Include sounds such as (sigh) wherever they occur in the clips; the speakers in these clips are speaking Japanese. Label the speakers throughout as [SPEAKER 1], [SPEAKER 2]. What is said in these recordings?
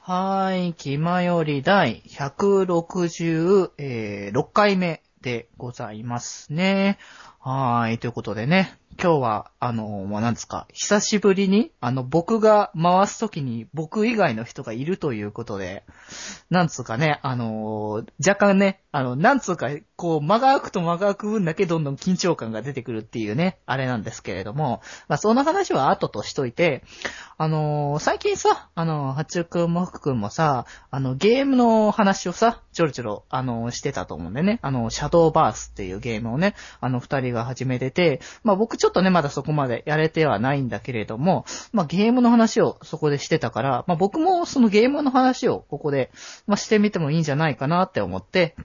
[SPEAKER 1] はーい、気まより第166、えー6回目でございますね。はーい、ということでね、今日は、あのー、まあ、なんですか、久しぶりに、あの、僕が回すときに僕以外の人がいるということで、なんつうかね、あのー若干ね、あの、なんつうか、こう、間が空くと間が空く分だけどんどん緊張感が出てくるっていうね、あれなんですけれども、まあ、そんな話は後としといて、あのー最近さ、あのー、八中くんも福くんもさ、あの、ゲームの話をさ、ちょろちょろ、あのーしてたと思うんでね、あのーシャドーバースっていうゲームをね、あの、二人が始めてて、まあ、僕ちょっとね、まだそこまでやれてはないんだけれども、まあ、ゲームの話をそこでしてたから、まあ、僕もそのゲームの話をここで、まあ、してみてもいいんじゃないかなって思って、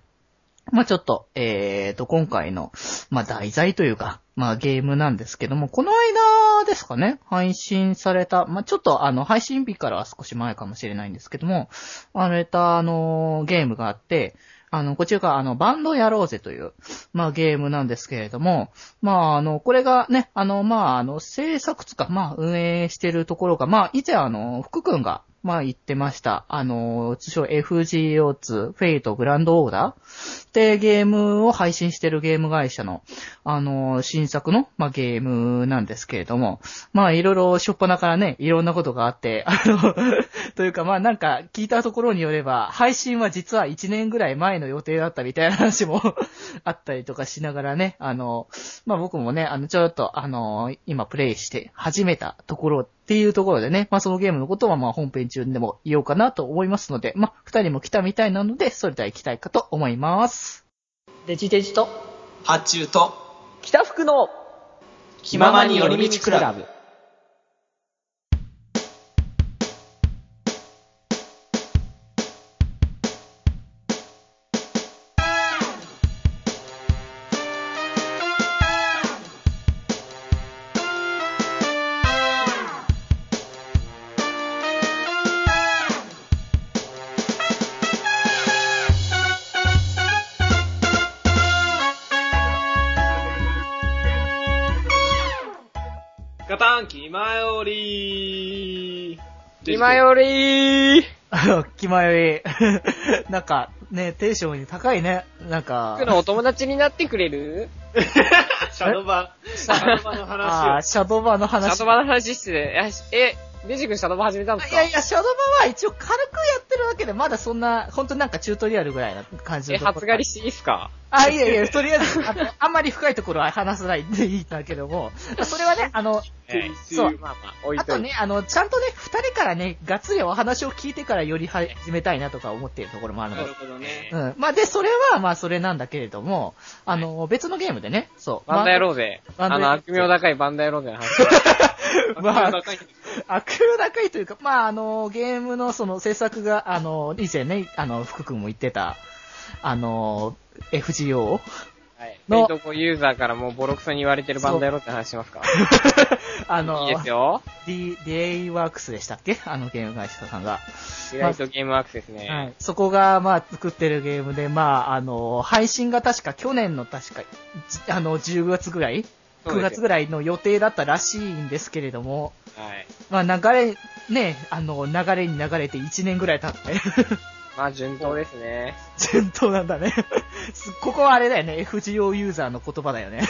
[SPEAKER 1] まあちょっと、えーと、今回の、まあ題材というか、まあゲームなんですけども、この間ですかね、配信された、まあちょっとあの、配信日からは少し前かもしれないんですけども、あれた、あの、ゲームがあって、あの、こちらが、あの、バンドやろうぜという、まあゲームなんですけれども、まああの、これがね、あの、まああの、制作つか、まあ運営してるところが、まあ以前あの、福くんが、まあ言ってました。あの、通称 FGO2、フェイトグランドオーダーってゲームを配信してるゲーム会社の、あの、新作の、まあ、ゲームなんですけれども、まあ、いろいろ、しょっぱなからね、いろんなことがあって、 (laughs) あの、というか、まあ、なんか、聞いたところによれば、配信は実は1年ぐらい前の予定だったみたいな話も (laughs) あったりとかしながらね、あの、まあ、僕もね、あの、ちょっと、あの、今プレイして始めたところっていうところでね、まあ、そのゲームのことは、まあ、本編中でも言おうかなと思いますので、まあ、二人も来たみたいなので、それでは行きたいかと思います。デジデジと
[SPEAKER 2] 発注と
[SPEAKER 1] 北福の
[SPEAKER 2] 気ままに寄り道クラブガタン気まより
[SPEAKER 3] 今より
[SPEAKER 1] (laughs) 気前 (laughs) なんかね、テンション高いね。なんか
[SPEAKER 3] 僕、のお友達になってくれる
[SPEAKER 2] シャドバシャドバの
[SPEAKER 1] あー
[SPEAKER 2] 話
[SPEAKER 1] シャドバの
[SPEAKER 3] シ
[SPEAKER 1] 話。
[SPEAKER 3] ャドバの話してて、いやしえ、デジ君シャドバ始めたんです
[SPEAKER 1] い
[SPEAKER 3] か
[SPEAKER 1] やいや、シャドバは一応軽くやってるわけで、まだそんな、ほんとなんかチュートリアルぐらいな感じ
[SPEAKER 3] え、
[SPEAKER 1] のところ。
[SPEAKER 3] 初狩りしていいっすか
[SPEAKER 1] あ、いやいや、とりあえず、あのあんまり深いところは話さないでいいんだけども、それはね、あの、
[SPEAKER 3] え
[SPEAKER 1] ーそう
[SPEAKER 3] まあまあ、置い
[SPEAKER 1] あ
[SPEAKER 3] と
[SPEAKER 1] と
[SPEAKER 3] いて。
[SPEAKER 1] ね、あの、ちゃんとね、二人からね、がっつりお話を聞いてからより始めたいなとか思っているところもあるの
[SPEAKER 2] な
[SPEAKER 1] で
[SPEAKER 2] る、ほどね
[SPEAKER 1] う。ん。まあ、で、それは、まあ、それなんだけれども、あの、別のゲームでね、そう。
[SPEAKER 3] バンダやろ
[SPEAKER 1] う。
[SPEAKER 3] うぜ。
[SPEAKER 1] バン
[SPEAKER 3] あ
[SPEAKER 1] ダやろうぜ
[SPEAKER 3] の、悪名高いバンダやろうぜの話。 (laughs)
[SPEAKER 1] まあ、
[SPEAKER 2] 高いんです
[SPEAKER 1] (laughs) 悪用高いというか、まあ、あの、ゲームのその制作が、あの、以前ね、あの、福君も言ってた、あの、FGO?
[SPEAKER 3] はい。フ
[SPEAKER 1] の
[SPEAKER 3] ェイトコユーザーからもうボロクソに言われてるバンダやろうって話し
[SPEAKER 1] (laughs)
[SPEAKER 3] ますか
[SPEAKER 1] (laughs) あの
[SPEAKER 3] いいですよ。
[SPEAKER 1] D、DayWorks でしたっけあのゲーム会社さんが。
[SPEAKER 3] リライトゲームアクセス
[SPEAKER 1] は
[SPEAKER 3] ね。
[SPEAKER 1] い。そこが、まあ、作ってるゲームで、まあ、あの、配信が確か去年の確か、じあの、10月ぐらい
[SPEAKER 3] そう
[SPEAKER 1] ?9
[SPEAKER 3] です
[SPEAKER 1] 月
[SPEAKER 3] よ
[SPEAKER 1] ぐらいの予定だったらしいんですけれども、
[SPEAKER 3] はい。
[SPEAKER 1] まあ流れ、ね、あの、流れに流れて1年ぐらい経って、 (laughs)
[SPEAKER 3] まあ、順当ですね。
[SPEAKER 1] 順当なんだね。 (laughs) すここはあれだよね、FGO ユーザーの言葉だよね。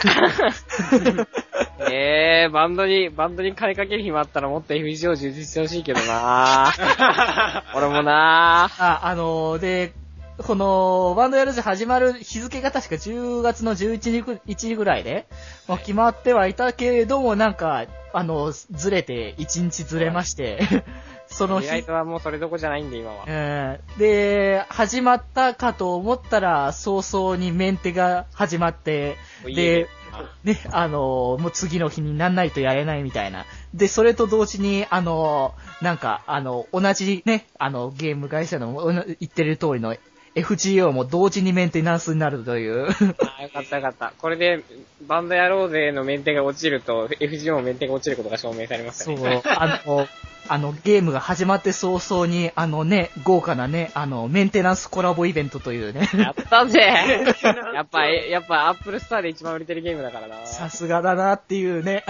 [SPEAKER 3] えー、バンドに、バンドに金かける暇あったらもっと FGO 充実してほしいけど
[SPEAKER 2] (laughs)
[SPEAKER 3] なぁ俺もなぁ
[SPEAKER 1] あ、あので、この、バンドやるぜ始まる日付が確か10月の11日ぐ1ぐらいで、まあ、決まってはいたけれども、なんか、あの、ずれて、1日ずれまして、その
[SPEAKER 3] リライ
[SPEAKER 1] 日、
[SPEAKER 3] トはもうそれどこじゃないんで、今は。
[SPEAKER 1] うんで、始まったかと思ったら、早々にメンテが始まって、で、ね、あのーもう次の日になんないとやれないみたいな。で、それと同時に、あのーなんか、あの、同じね、あの、ゲーム会社のおな言ってる通りの FGO も同時にメンテナンスになるという。
[SPEAKER 3] あーよかったよかった。これで、バンドやろうぜのメンテが落ちると、FGO もメンテが落ちることが証明されました
[SPEAKER 1] そ
[SPEAKER 3] ね。
[SPEAKER 1] う、あの、あの、ゲームが始まって早々に、あのね、豪華なね、あの、メンテナンスコラボイベントというね。
[SPEAKER 3] やった
[SPEAKER 2] (laughs)
[SPEAKER 3] ぜやっぱ、えやっぱ、アップルスターで一番売れてるゲームだからな (laughs)
[SPEAKER 1] さすがだなっていうね。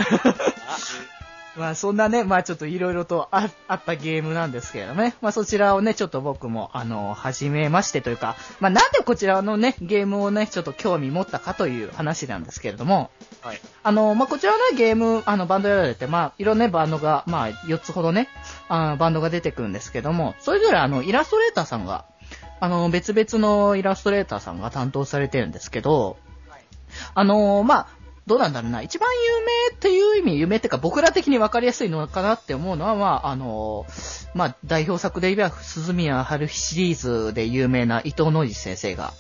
[SPEAKER 1] まあそんなね、まあちょっといろいろとああったゲームなんですけれどもね、まあそちらをね、ちょっと僕も、あの、始めましてというか、まあなんでこちらのね、ゲームをね、ちょっと興味持ったかという話なんですけれども、
[SPEAKER 3] はい。
[SPEAKER 1] あの、まあこちらのねゲーム、あの、バンドやられて、まあいろんなねバンドが、まあ4つほどね、あのバンドが出てくるんですけども、それぞれあの、イラストレーターさんが、あの、別々のイラストレーターさんが担当されてるんですけど、
[SPEAKER 3] はい。
[SPEAKER 1] あのーまあ、どうなんだろうな。一番有名っていう意味、有名っていうか僕ら的に分かりやすいのかなって思うのは、まあ、あのーまあ、代表作で言えば、鈴宮春日シリーズで有名な伊藤野二先生が、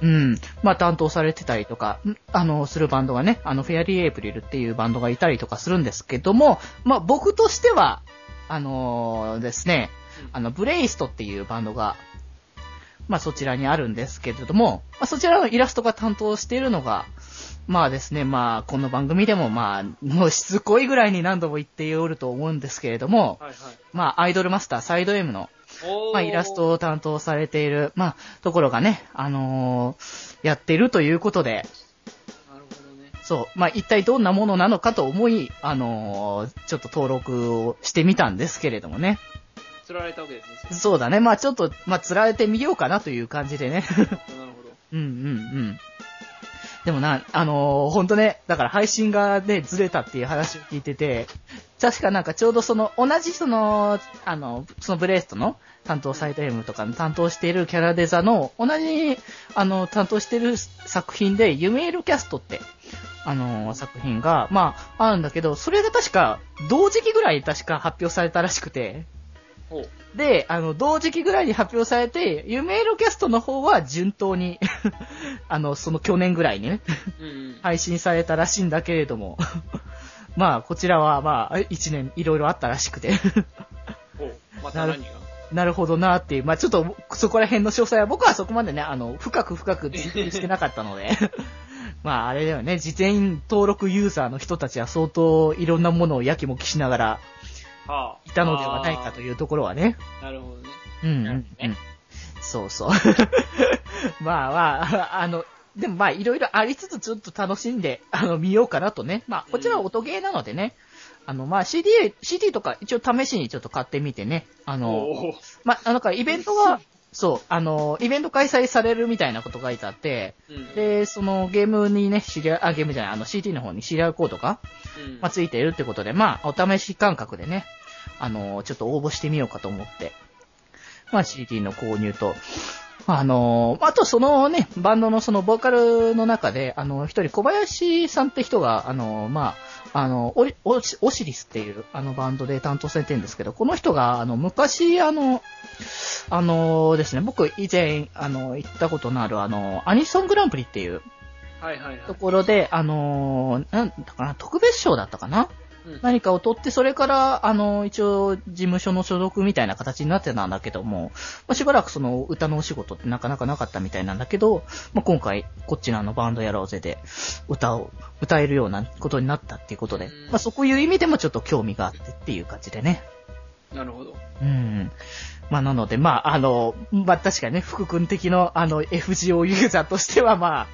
[SPEAKER 1] うん、まあ、担当されてたりとか、んあの、するバンドがね、あの、フェアリーエイプリルっていうバンドがいたりとかするんですけども、まあ、僕としては、あのーですね、あの、ブレイストっていうバンドが、まあ、そちらにあるんですけれども、まあ、そちらのイラストが担当しているのが、まあですね、まあ、この番組でも、まあ、もうしつこいぐらいに何度も言っておると思うんですけれども、
[SPEAKER 2] はいはい。
[SPEAKER 1] まあ、アイドルマスター、サイド M の
[SPEAKER 2] おー
[SPEAKER 1] まあ、イラストを担当されている、まあ、ところがね、あのーやってるということで、
[SPEAKER 2] なるほどね。
[SPEAKER 1] そう、まあ、一体どんなものなのかと思い、あのーちょっと登録をしてみたんですけれどもね。
[SPEAKER 2] 釣られたわけですね。
[SPEAKER 1] そうだね、まあ、ちょっと、まあ、釣られてみようかなという感じでね。
[SPEAKER 2] なるほど。
[SPEAKER 1] うんうんうん。でもな、あのーほんとね、だから配信がね、ずれたっていう話を聞いてて、確かなんかちょうどその、同じその、あの、そのブレイストの担当サイト M とかの担当しているキャラデザの、同じ、あの、担当している作品で、夢色キャストって、あのー作品が、まあ、あるんだけど、それが確か、同時期ぐらいに確か発表されたらしくて、
[SPEAKER 2] おう
[SPEAKER 1] で、あの、同時期ぐらいに発表されて、夢色キャストの方は順当に、 (laughs) あの、その去年ぐらいにね、
[SPEAKER 2] うんうん。
[SPEAKER 1] 配信されたらしいんだけれども、 (laughs) まあ、こちらはまあ、一年いろいろあったらしくて、 (laughs)
[SPEAKER 2] おうまた何が
[SPEAKER 1] なるほどなっていう、まあちょっとそこら辺の詳細は僕はそこまでね、あの、深く深く追求してなかったので、 (laughs) まああれだよね、事前登録ユーザーの人たちは相当いろんなものをやきもきしながら
[SPEAKER 2] はい
[SPEAKER 1] たのではないかというところはね、
[SPEAKER 2] あ。なるほどね。
[SPEAKER 1] うんうん
[SPEAKER 3] なるほどね
[SPEAKER 1] そうそう。 (laughs) まあまあ、あの、でもまあいろいろありつつちょっと楽しんで、あの、見ようかなとね。まあ、こちらは音ゲーなのでね。あの、まあ CD、CD とか一応試しにちょっと買ってみてね。あの、
[SPEAKER 2] おう
[SPEAKER 1] まあ、あのなんかイベントが、そう、あの、イベント開催されるみたいなことが書いてあって、
[SPEAKER 2] うん。
[SPEAKER 1] で、そのゲームにね、知り合い、あ、ゲームじゃない、あの CD の方に知り合いコードが
[SPEAKER 2] うん
[SPEAKER 1] まあ、ついているってことで、まあ、お試し感覚でね、あのーちょっと応募してみようかと思って、まあ、CD の購入と、あのーあとそのね、バンドのそのボーカルの中で、あの、一人小林さんって人が、あのーまあ、あの、オリオシオシリスっていう、あのバンドで担当されてるんですけど、この人が、あの、昔、あの、あのーですね、僕以前、あの、行ったことのある、あの、アニソングランプリっていう
[SPEAKER 2] はいはいはい。
[SPEAKER 1] ところで、あのーなんだったかな、特別賞だったかな
[SPEAKER 2] うん
[SPEAKER 1] 何かを取って、それから、あの、一応、事務所の所属みたいな形になってたんだけども、まあ、しばらくその、歌のお仕事ってなかなかなかったみたいなんだけど、まあ、今回、こっちのあの、バンドやろうぜで、歌を、歌えるようなことになったっていうことで
[SPEAKER 2] うん、
[SPEAKER 1] まあ、そういう意味でもちょっと興味があってっていう感じでね。
[SPEAKER 2] なるほど。
[SPEAKER 1] うん。まあ、なので、まあ、あの、まあ、確かにね、福君的の、あの、FGO ユーザーとしては、まあ、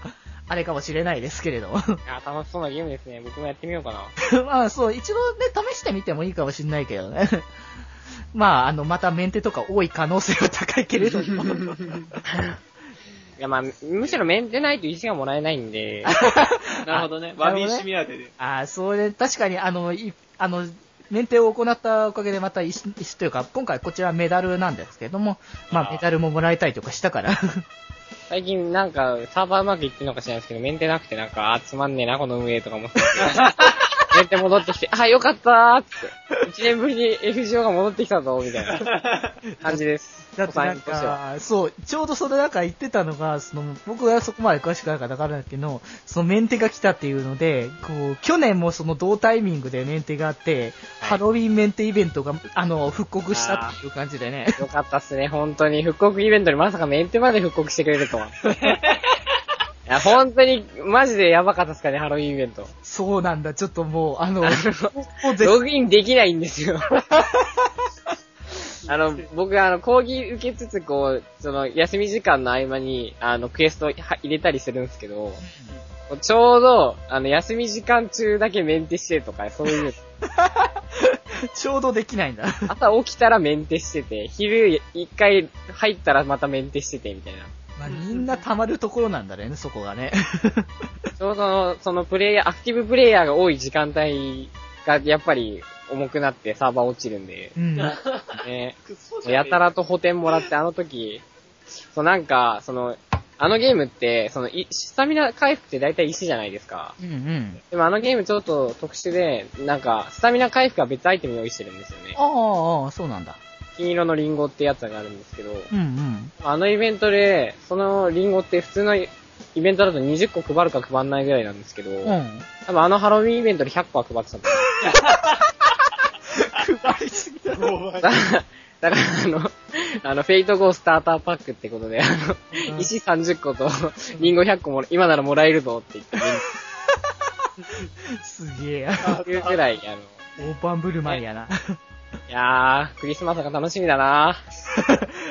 [SPEAKER 1] あれかもしれないですけれども。
[SPEAKER 3] あ、楽しそうなゲームですね。僕もやってみようか
[SPEAKER 1] (laughs)
[SPEAKER 3] な。
[SPEAKER 1] まあそう、一度ね、試してみてもいいかもしんないけどね。 (laughs) まあ、あの、またメンテとか多い可能性は高いけれども。
[SPEAKER 3] いや、まあ、むしろメンテないと石がもらえないんで、
[SPEAKER 2] (laughs) なるほどね。
[SPEAKER 1] あ
[SPEAKER 2] ワビーシミ当てで。
[SPEAKER 1] ああ、それ、確かに、あの、いあの、メンテを行ったおかげでまた石、石というか、今回こちらメダルなんですけども、ま
[SPEAKER 2] あ
[SPEAKER 1] あ
[SPEAKER 2] ー
[SPEAKER 1] メダルももらえたりとかしたから。
[SPEAKER 3] 最近なんか、サーバーうまくいってるのか知らないですけど、メンテなくてなんか、あ、つまんねえな、この運営とか思ってて。
[SPEAKER 2] (laughs)
[SPEAKER 3] メンテ戻ってきて、あ、よかったーっつって。1年ぶりに FGO が戻ってきたぞ、みたいな感じです。
[SPEAKER 1] (laughs) だってなん
[SPEAKER 3] お子さんとしては
[SPEAKER 1] か、そう、ちょうどそれなんか言ってたのが、その、僕はそこまで詳しくないからわからないけど、そのメンテが来たっていうので、こう、去年もその同タイミングでメンテがあって、
[SPEAKER 3] はい
[SPEAKER 1] ハロウィンメンテイベントが、あの、復刻したっていう感じでね。
[SPEAKER 3] よかったっすね、本当に。復刻イベントにまさかメンテまで復刻してくれる (laughs) とは。いや、本当に、マジでやばかったっすかね、ハロウィンイベント。
[SPEAKER 1] そうなんだ、ちょっともう、あの、 (laughs) もう絶
[SPEAKER 3] ログインできないんです (laughs) よ。あの、僕、あの、講義受けつつ、こう、その、休み時間の合間に、あの、クエストは入れたりするんですけど、ちょうど、あの、休み時間中だけメンテしてとか、そう (laughs) いう。
[SPEAKER 1] ちょうどでき (laughs) ないんだ。
[SPEAKER 3] 朝起きたらメンテしてて、昼一回入ったらまたメンテしてて、みたいな。
[SPEAKER 1] まあ、みんな溜まるところなんだね、そこがね。
[SPEAKER 3] ちょうどの、そのプレイヤー、アクティブプレイヤーが多い時間帯が、やっぱり重くなってサーバー落ちるんで、
[SPEAKER 1] うん。
[SPEAKER 3] ね。
[SPEAKER 2] くそじゃねえ
[SPEAKER 3] やたらと補填もらって、あの時、そうなんか、その、あのゲームって、その、いスタミナ回復って大体石じゃないですか。
[SPEAKER 1] うんうん。
[SPEAKER 3] でもあのゲームちょっと特殊で、なんか、スタミナ回復は別アイテム用意してるんですよね。
[SPEAKER 1] ああ、そうなんだ。
[SPEAKER 3] 金色のリンゴってやつがあるんですけど、
[SPEAKER 1] うんうん。
[SPEAKER 3] あのイベントで、そのリンゴって普通のイベントだと20個配るか配んないぐらいなんですけど、
[SPEAKER 1] うん。
[SPEAKER 3] 多分あのハロウィンイベントで100個は配ってたんだ
[SPEAKER 1] 配りすぎだろ。
[SPEAKER 3] (laughs) だから、だからあの、あの、フェイトゴースターターパックってことで、あ
[SPEAKER 1] う
[SPEAKER 3] の、
[SPEAKER 1] ん
[SPEAKER 3] 石30個と、リンゴ100個も、今ならもらえるぞって言って、
[SPEAKER 1] すげえ。
[SPEAKER 3] っていうぐらい、あの、
[SPEAKER 1] (laughs) 大盤振る舞いやな。
[SPEAKER 3] いやー、クリスマスが楽しみだな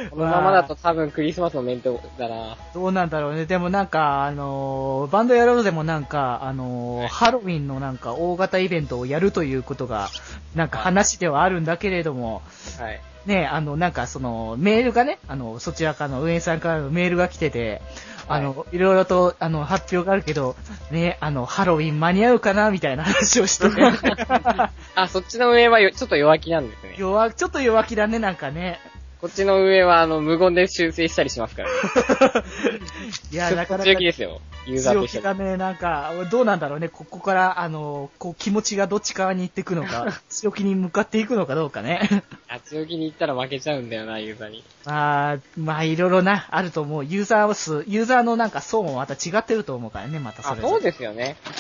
[SPEAKER 3] このま
[SPEAKER 1] (laughs)
[SPEAKER 3] まだと多分クリスマスのメントだな
[SPEAKER 1] どうなんだろうね。でもなんか、あのーバンドやろうでもなんか、あのーハロウィンのなんか大型イベントをやるということが、なんか話ではあるんだけれども、
[SPEAKER 3] はい。
[SPEAKER 1] ね、あの、なんかその、メールがね、あの、そちらからの運営さんからのメールが来てて、あの、い、ろいろと、あの、発表があるけど、ね、あの、ハロウィン間に合うかな、みたいな話をしてて。
[SPEAKER 3] あ、そっちの運営はよちょっと弱気なんですね。
[SPEAKER 1] 弱、ちょっと弱気だね、なんかね。
[SPEAKER 3] こっちの運営は、あの、無言で修正したりしますから、ね。
[SPEAKER 1] いや、なかなか
[SPEAKER 3] 強気ですよ。ユーザー
[SPEAKER 1] 強
[SPEAKER 3] とし
[SPEAKER 1] 気
[SPEAKER 3] ては
[SPEAKER 1] だ。ね、なんか、どうなんだろうね、ここから、あの、こう気持ちがどっち側に行っていくのか、
[SPEAKER 3] (laughs)
[SPEAKER 1] 強気に向かっていくのかどうかね。 (laughs)
[SPEAKER 3] あ強気に言ったら負けちゃうんだよな、ユーザーに。
[SPEAKER 1] まあ、まあ、いろいろな、あると思う。ユーザー数、ユーザーのなんか層もまた違ってると思うからね、またそ
[SPEAKER 3] あ、
[SPEAKER 1] れぞれ。
[SPEAKER 3] そうですよね。
[SPEAKER 1] こ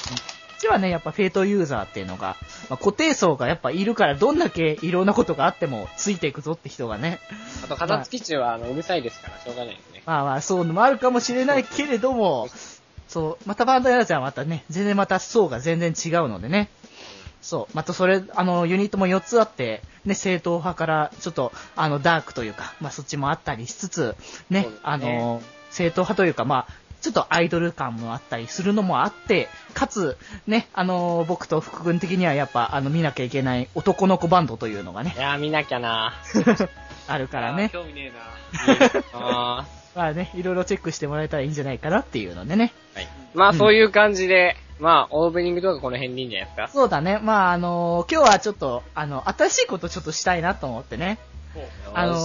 [SPEAKER 1] っちはね、やっぱフェイトユーザーっていうのが、まあ、固定層がやっぱいるから、どんだけいろんなことがあってもついていくぞって人がね。
[SPEAKER 3] あと、片付き中は、あの、うるさいですから、しょうがないですね。
[SPEAKER 1] まあまあ、そういうのもあるかもしれないけれども、そう、またバンドやらずはまたね、全然また層が全然違うのでね。そう、またそれ、あの、ユニットも4つあって、ね、正統派から、ちょっと、あの、ダークというか、まあそっちもあったりしつつ、ね、
[SPEAKER 3] そうですね
[SPEAKER 1] あの、正統派というか、まあ、ちょっとアイドル感もあったりするのもあって、かつ、ね、あの、僕と福君的にはやっぱ、あの、見なきゃいけない男の子バンドというのがね
[SPEAKER 3] い、やー、見なきゃな
[SPEAKER 1] あるから
[SPEAKER 2] あー
[SPEAKER 1] ね。
[SPEAKER 2] 興味ねえな。
[SPEAKER 3] (laughs) あ
[SPEAKER 1] まあね、いろいろチェックしてもらえたらいいんじゃないかなっていうのでね。
[SPEAKER 3] ーはい。まあ、そういう感じで、まあ、オープニングとかこの辺でいいんじゃないですか。
[SPEAKER 1] そうだね。まあ、あの今日はちょっと、あの、新しいことちょっとしたいなと思ってね。
[SPEAKER 2] ほう
[SPEAKER 1] あの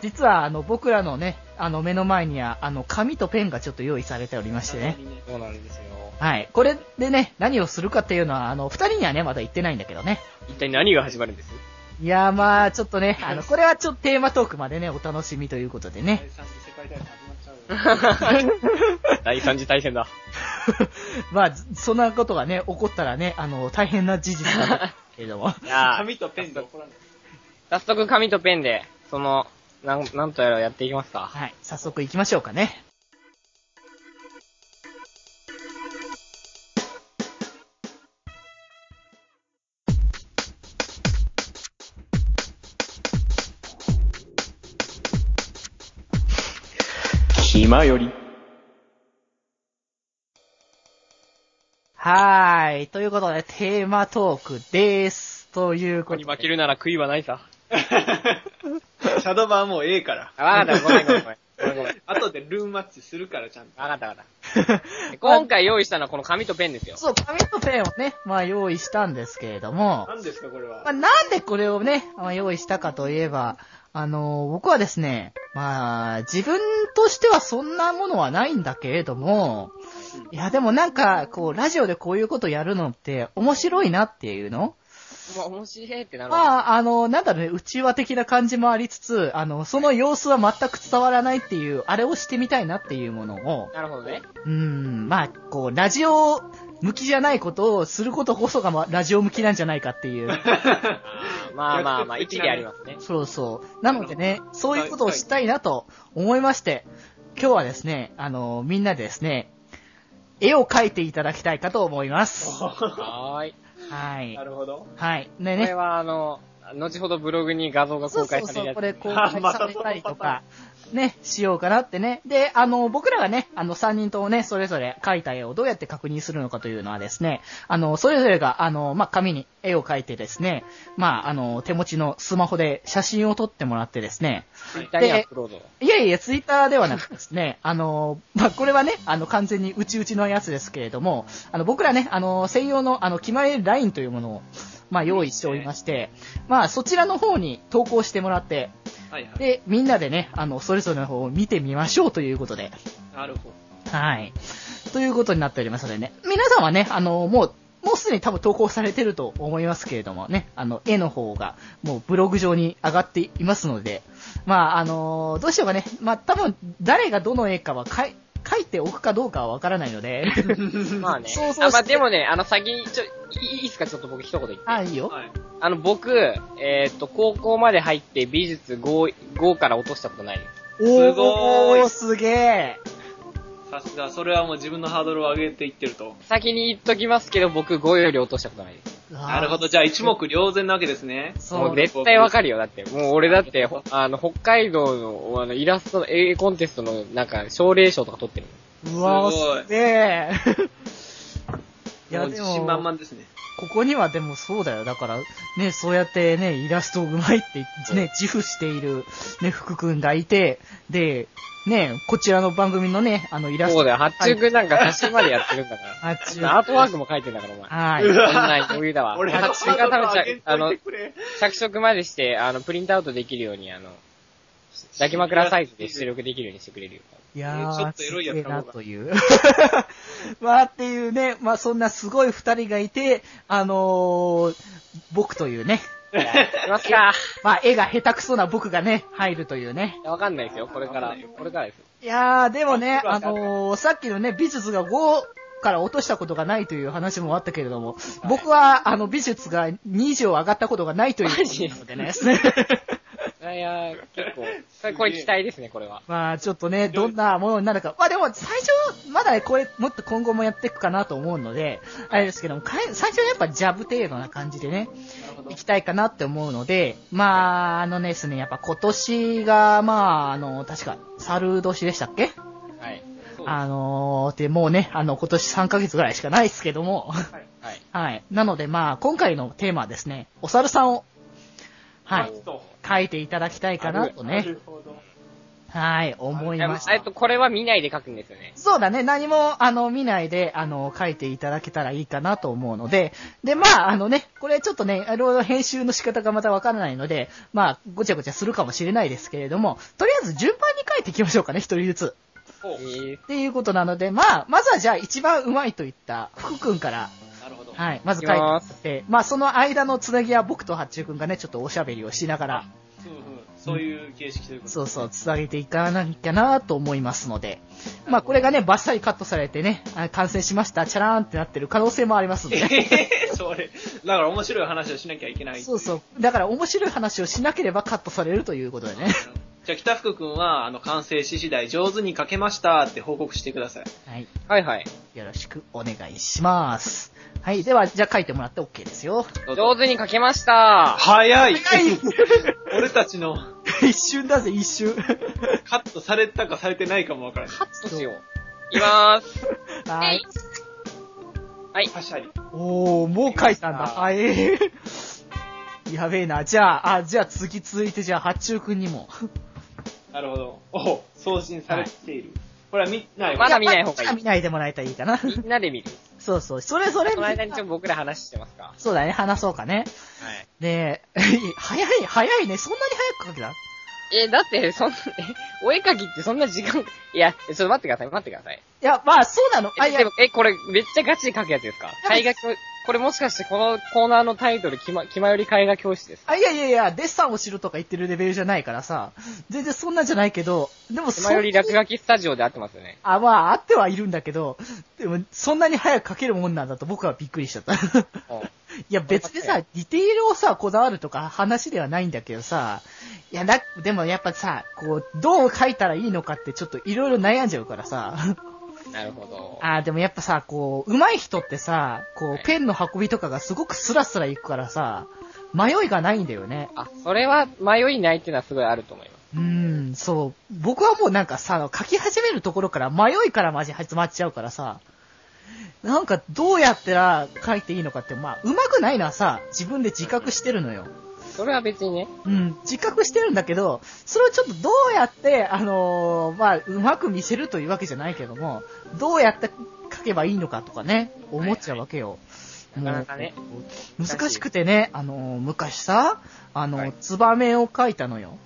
[SPEAKER 1] 実は、あの、僕らのね、あの、目の前には、あの、紙とペンがちょっと用意されておりましてね。
[SPEAKER 3] そうなんですよ。
[SPEAKER 1] はい。これでね、何をするかっていうのは、あの、二人にはね、まだ言ってないんだけどね。
[SPEAKER 3] 一体何が始まるん (laughs) です
[SPEAKER 1] いやー、まあ、ちょっとね、あの、これはちょっとテーマトークまでね、お楽しみということでね。
[SPEAKER 2] 第三次世界大戦始まっちゃうよ。
[SPEAKER 3] 第三次大戦だ。
[SPEAKER 1] (laughs) まあ、そんなことがね、起こったらね、あの、大変な事実だったけれど (laughs) も。
[SPEAKER 3] いやー、
[SPEAKER 2] 紙とペンで怒らない。
[SPEAKER 3] 早速紙とペンで、その、なん、なんとやらやっていきますか。
[SPEAKER 1] はい。早速行きましょうかね。
[SPEAKER 4] 暇より。
[SPEAKER 1] はーい。ということで、テーマトークです。という
[SPEAKER 3] ここ
[SPEAKER 1] こ
[SPEAKER 3] に
[SPEAKER 1] と
[SPEAKER 3] 負け
[SPEAKER 1] で。
[SPEAKER 3] るなら悔いはない (laughs) さ。
[SPEAKER 2] シャドバーもうええから。
[SPEAKER 3] あ、わかった、ごめんごめんごめん。ごめんごめん。
[SPEAKER 2] 後でルーンマッチするからちゃんと。
[SPEAKER 3] わかったわかった。 (laughs) 今回用意したのはこの紙とペンです
[SPEAKER 1] (laughs)
[SPEAKER 3] よ。
[SPEAKER 1] そう、紙とペンをね、まあ用意したんですけれども、
[SPEAKER 2] 何ですかこ
[SPEAKER 1] (laughs)
[SPEAKER 2] れ
[SPEAKER 1] まあ、
[SPEAKER 2] は。
[SPEAKER 1] なんでこれをね、まあ、用意したかといえば、あの僕はですね、まあ、自分としてはそんなものはないんだけれども、いや、でもなんか、こう、ラジオでこういうことやるのって面白いなっていうの
[SPEAKER 3] まあ、面白いってなるわ。
[SPEAKER 1] まあ、あの、なんだろうね、内輪的な感じもありつつ、あの、その様子は全く伝わらないっていう、あれをしてみたいなっていうものを、
[SPEAKER 3] なるほどね。
[SPEAKER 1] うーん、まあ、こう、ラジオ向きじゃないことをすることこそが、まあ、ラジオ向きなんじゃないかっていう。
[SPEAKER 3] まあま (laughs) あまあ、一理ありますね。
[SPEAKER 1] そうそう。なのでね、そういうことをしたいなと思いまして、今日はですね、あの、みんなでですね、絵を描いていただきたいかと思います。
[SPEAKER 3] はーい。
[SPEAKER 1] はい
[SPEAKER 2] な。るほど。
[SPEAKER 1] はい。ね
[SPEAKER 3] これ
[SPEAKER 1] ね。
[SPEAKER 3] はあの、後ほどブログに画像が
[SPEAKER 1] そ
[SPEAKER 3] 公
[SPEAKER 1] うそ
[SPEAKER 3] 開
[SPEAKER 1] う
[SPEAKER 3] され
[SPEAKER 1] そう、
[SPEAKER 3] るや
[SPEAKER 1] こ
[SPEAKER 3] つ。
[SPEAKER 1] れ公開されたりとか、ね、しようかなってね。で、あの、僕らがね、あの、3人ともね、それぞれ描いた絵をどうやって確認するのかというのはですね、あの、それぞれが、あの、まあ、紙に絵を描いてですね、まあ、あの、手持ちのスマホで写真を撮ってもらってですね、
[SPEAKER 3] ツイッターにアップロード。
[SPEAKER 1] いやいや、ツイッターではなくてですね、 (laughs) あの、まあ、これはね、あの、完全にうちうちのやつですけれども、あの、僕らね、あの、専用の、あの、決まりラインというものを、まあ、用意しておりまして、まあ、そちらの方に投稿してもらって、
[SPEAKER 2] はいはい。
[SPEAKER 1] で、みんなでね、あの、それぞれの方を見てみましょうということで、
[SPEAKER 2] なるほど。
[SPEAKER 1] はい。ということになっておりますのでね、皆さんはね、あの、もう、もうすでに多分投稿されてると思いますけれどもね、あの、絵の方が、もうブログ上に上がっていますので、まあ、あの、どうしようかね、まあ、多分、誰がどの絵かはかい書いておくかどうかはわからないの
[SPEAKER 2] (laughs)
[SPEAKER 1] で、
[SPEAKER 3] まあね。
[SPEAKER 1] そうそうして
[SPEAKER 3] あ、まあでもね、あの先に、ちょ、いいいですかちょっと僕一言言って。
[SPEAKER 1] あ、いいよ。
[SPEAKER 2] はい。
[SPEAKER 3] あの僕、えーっと、高校まで入って美術 5, 5から落としたことないです。
[SPEAKER 2] すごーい
[SPEAKER 1] おー、すげー。
[SPEAKER 2] さすが、それはもう自分のハードルを上げていってると。
[SPEAKER 3] 先に言っときますけど、僕5より落としたことないです。
[SPEAKER 2] なるほど。じゃあ一目瞭然なわけですね。
[SPEAKER 1] そ
[SPEAKER 3] も
[SPEAKER 1] う
[SPEAKER 3] う絶対わかるよ。だって、もう俺だって、ほあの、北海道の、あの、イラストの A コンテストの、なんか、奨励賞とか取ってる。
[SPEAKER 1] うわ
[SPEAKER 2] すごい
[SPEAKER 1] ー、す
[SPEAKER 2] (laughs)
[SPEAKER 1] げー。い
[SPEAKER 2] も
[SPEAKER 1] や、
[SPEAKER 2] う
[SPEAKER 1] で
[SPEAKER 2] 自
[SPEAKER 1] も、
[SPEAKER 2] 信満々ですね。
[SPEAKER 1] ここにはでもそうだよ。だから、ね、そうやってね、イラストうまいって、ね、自負している、ね、福くんがいて、で、ね、こちらの番組のね、あの、イラスト。
[SPEAKER 3] そうだよ、八中くんなんか写真までやってるんだか
[SPEAKER 1] 発注
[SPEAKER 3] ら。アートワークも書いてんだから、お前。
[SPEAKER 1] は
[SPEAKER 3] そん
[SPEAKER 1] い。
[SPEAKER 3] なん余裕だわ。
[SPEAKER 2] 俺
[SPEAKER 3] 八中が食べちゃう、あの、
[SPEAKER 2] れ。
[SPEAKER 3] 着色までして、あの、プリントアウトできるように、あの、抱き枕サイズで出力できるようにしてくれるよ。
[SPEAKER 1] いやー、
[SPEAKER 2] ちょっとエロいやつ
[SPEAKER 1] すげえな
[SPEAKER 2] 頼むわ
[SPEAKER 1] という。 (laughs) まあ、っていうね、まあ、そんなすごい二人がいて、あのー、僕というね、
[SPEAKER 3] いきますか。
[SPEAKER 1] まあ、絵が下手くそな僕がね、入るというね。
[SPEAKER 3] いやわかんないですよ、これか
[SPEAKER 2] わからんないよ。
[SPEAKER 3] これからです。
[SPEAKER 1] いやー、でもね、あ
[SPEAKER 2] あそうだ
[SPEAKER 1] のー、さっきのね、美術が5から落としたことがないという話もあったけれども、僕は、あの、美術が2以上上がったことがないという
[SPEAKER 3] マジ
[SPEAKER 1] なのでね。 (laughs)
[SPEAKER 3] いやいや、結構、これ、これ期待ですね、これは。
[SPEAKER 1] まあ、ちょっとね、どんなものになるか。まあでも、最初、まだね、これ、もっと今後もやっていくかなと思うので、あれですけども、かえ最初はやっぱジャブ程度な感じでね、
[SPEAKER 2] なるほど
[SPEAKER 1] 行きたいかなって思うので、まあ、あのねですね、やっぱ今年が、まあ、あの、確か、猿年でしたっけ
[SPEAKER 3] はい。
[SPEAKER 2] そう
[SPEAKER 1] あのー、で、もうね、あの、今年3ヶ月ぐらいしかないですけども、 (laughs)
[SPEAKER 3] はい。
[SPEAKER 1] はい。なので、まあ、今回のテーマはですね、お猿さんを、はい、書いていただきたいかなと
[SPEAKER 2] な
[SPEAKER 1] ね、
[SPEAKER 2] るほど。
[SPEAKER 1] はい、思いまし。
[SPEAKER 3] えったと、これは見ないで書くんですよね。
[SPEAKER 1] そうだね、何も、あの、見ないで、あの、書いていただけたらいいかなと思うので、で、まあ、あのね、これちょっとね、いろいろ編集の仕方がまたわからないので、まあ、ごちゃごちゃするかもしれないですけれども、とりあえず順番に書いていきましょうかね、一人ずつ。
[SPEAKER 2] ほう
[SPEAKER 3] えー
[SPEAKER 1] っていうことなので、まあ、まずはじゃあ一番うまいと言った福くんから、
[SPEAKER 2] なるほど。
[SPEAKER 1] はい、まず
[SPEAKER 3] いき
[SPEAKER 1] 書いてもら
[SPEAKER 3] ま
[SPEAKER 1] っ
[SPEAKER 3] す。
[SPEAKER 1] て、まあその間のつなぎは僕と八中くんがね、ちょっとおしゃべりをしながら、
[SPEAKER 2] うんうんそういう形式ということ
[SPEAKER 1] そうそう、つなげていかなきゃなと思いますので、まあこれがね、バッサリカットされてね、あ完成しました、チャラーンってなってる可能性もありますので。
[SPEAKER 2] で。 (laughs) それ。だから面白い話をしなきゃいけない。
[SPEAKER 1] そうそう。だから面白い話をしなければカットされるということでね。
[SPEAKER 2] じゃあ、北福くんは、あの、完成し次第上手に書けましたって報告してください。
[SPEAKER 1] はい。
[SPEAKER 3] はいはい。
[SPEAKER 1] よろしくお願いします。はい。では、じゃあ書いてもらって OK ですよ。
[SPEAKER 2] どうぞ
[SPEAKER 3] 上手に書けました。
[SPEAKER 2] 早い俺たちの
[SPEAKER 1] (laughs) 一瞬だぜ、一瞬。
[SPEAKER 2] カットされたかされてないかもわからない。
[SPEAKER 3] カットしよう。いきまーす。
[SPEAKER 1] (laughs) はい。
[SPEAKER 3] はい。
[SPEAKER 2] はしゃり。
[SPEAKER 1] おー、もう書いたんだ。
[SPEAKER 3] あ
[SPEAKER 1] はい。 (laughs) やべえな。じゃあ、あ、じゃあ次続いて、じゃあ、八中くんにも。
[SPEAKER 2] なるほど。お送信されている。これは見ない
[SPEAKER 3] まだ見ない方がいい
[SPEAKER 1] やまだ見ないでもらえたらいいか
[SPEAKER 3] (laughs)
[SPEAKER 1] な。
[SPEAKER 3] みんなで見る。
[SPEAKER 1] そうそう。それぞれ
[SPEAKER 3] その間にちょっと僕ら話してますか。
[SPEAKER 1] そうだね、話そうかね。
[SPEAKER 3] はい。
[SPEAKER 1] で、 (laughs) 早い、早いね。そんなに早く書けた
[SPEAKER 3] えーだって、そんな、え、お絵描きってそんな時間、いや、ちょっと待ってください、待ってください。
[SPEAKER 1] いや、まあ、そうなの。あ、
[SPEAKER 3] え、
[SPEAKER 1] いや
[SPEAKER 3] でも、え、これ、めっちゃガチで描くやつですか
[SPEAKER 1] や
[SPEAKER 3] 絵画教、これもしかしてこのコーナーのタイトル、きま、気まより絵画教室ですか
[SPEAKER 1] あ、いやいやいや、デッサンを知るとか言ってるレベルじゃないからさ、全然そんなんじゃないけど、でも
[SPEAKER 3] 気
[SPEAKER 1] そ
[SPEAKER 3] まより
[SPEAKER 1] んな
[SPEAKER 3] 落書きスタジオで合ってますよね。
[SPEAKER 1] あ、まあ、あってはいるんだけど、でも、そんなに早く書けるもんなんだと僕はびっくりしちゃった。い
[SPEAKER 3] うん
[SPEAKER 1] や、別にさ、ディテールをさ、こだわるとか話ではないんだけどさ、いや、だ、でもやっぱさ、こう、どう書いたらいいのかってちょっといろいろ悩んじゃうからさ、
[SPEAKER 3] なるほど。
[SPEAKER 1] あー、でもやっぱさ、こう、上手い人ってさ、こ
[SPEAKER 3] は
[SPEAKER 1] う
[SPEAKER 3] い、
[SPEAKER 1] ペンの運びとかがすごくスラスラいくからさ、迷いがないんだよね。
[SPEAKER 3] あ、それは迷いないっていうのはすごいあると思います。
[SPEAKER 1] うーん。うん、そう。僕はもうなんかさ、書き始めるところから迷いからまじ始まっちゃうからさ、なんかどうやったら書いていいのかって、まあ、うまくないのはさ、自分で自覚してるのよ。
[SPEAKER 3] それは別にね。
[SPEAKER 1] うん、自覚してるんだけど、それをちょっとどうやって、あのーまあ、うまく見せるというわけじゃないけども、どうやって書けばいいのかとかね、思っちゃうわけよ。
[SPEAKER 3] なかなかね
[SPEAKER 1] もう。難しくてね、あのー昔さ、あのー、ツバメを書いたのよ。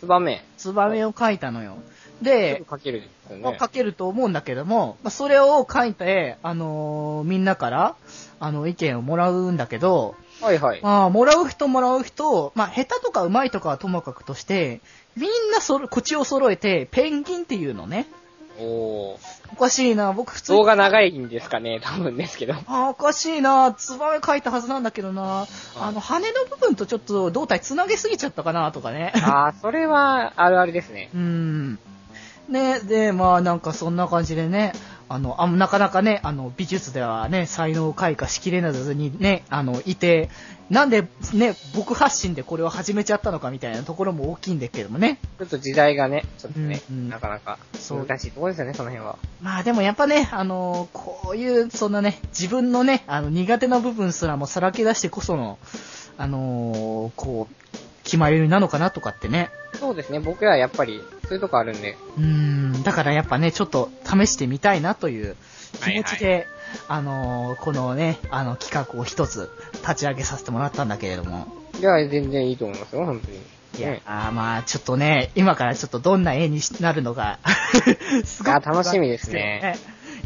[SPEAKER 3] ツバメ。
[SPEAKER 1] ツバメを書いたのよ。
[SPEAKER 3] よ
[SPEAKER 1] で、
[SPEAKER 3] く書けるですよ
[SPEAKER 1] もう
[SPEAKER 3] ね。
[SPEAKER 1] 書けると思うんだけども、まあ、それを書いて、あのーみんなから、あの、意見をもらうんだけど、
[SPEAKER 3] はいはい。
[SPEAKER 1] まあ、もらう人もらう人、まあ、下手とか上手いとかはともかくとして、みんなそろ、口を揃えて、ペンギンっていうのね。
[SPEAKER 3] おー。
[SPEAKER 1] おかしいな、僕普通に
[SPEAKER 3] 動画長いんですかね、多分ですけど。
[SPEAKER 1] あーおかしいな、ツバメ書いたはずなんだけどな、あの、羽の部分とちょっと胴体つなげすぎちゃったかな、とかね。
[SPEAKER 3] (laughs) あー、それはあるあるですね。
[SPEAKER 1] うーん。ね、で、まあなんかそんな感じでね、あの、あなかなかね、あの、美術ではね、才能を開花しきれなずにね、あの、いて、なんでね、僕発信でこれを始めちゃったのかみたいなところも大きいんですけどもね。
[SPEAKER 3] ちょっと時代がね、ちょっとね、
[SPEAKER 1] うんうん
[SPEAKER 3] なかなか
[SPEAKER 1] そう
[SPEAKER 3] 難しいところですよね、その辺は。
[SPEAKER 1] まあでもやっぱね、あの、こういう、そんなね、自分のね、あの、苦手な部分すらもさらけ出してこその、あのこう、決まりなのかなとかってね。
[SPEAKER 3] そうですね、僕らはやっぱり、そういうとこあるんで。
[SPEAKER 1] うーん、だからやっぱね、ちょっと試してみたいなという気持ちで、あのーこのね、あの企画を一つ立ち上げさせてもらったんだけれども。
[SPEAKER 3] いや、全然いいと思いますよ、本当に。
[SPEAKER 1] いや、
[SPEAKER 3] ね
[SPEAKER 1] あーまあちょっとね、今からちょっとどんな絵になるのか、 (laughs) すご
[SPEAKER 3] あ
[SPEAKER 1] く
[SPEAKER 3] ー楽しみですね。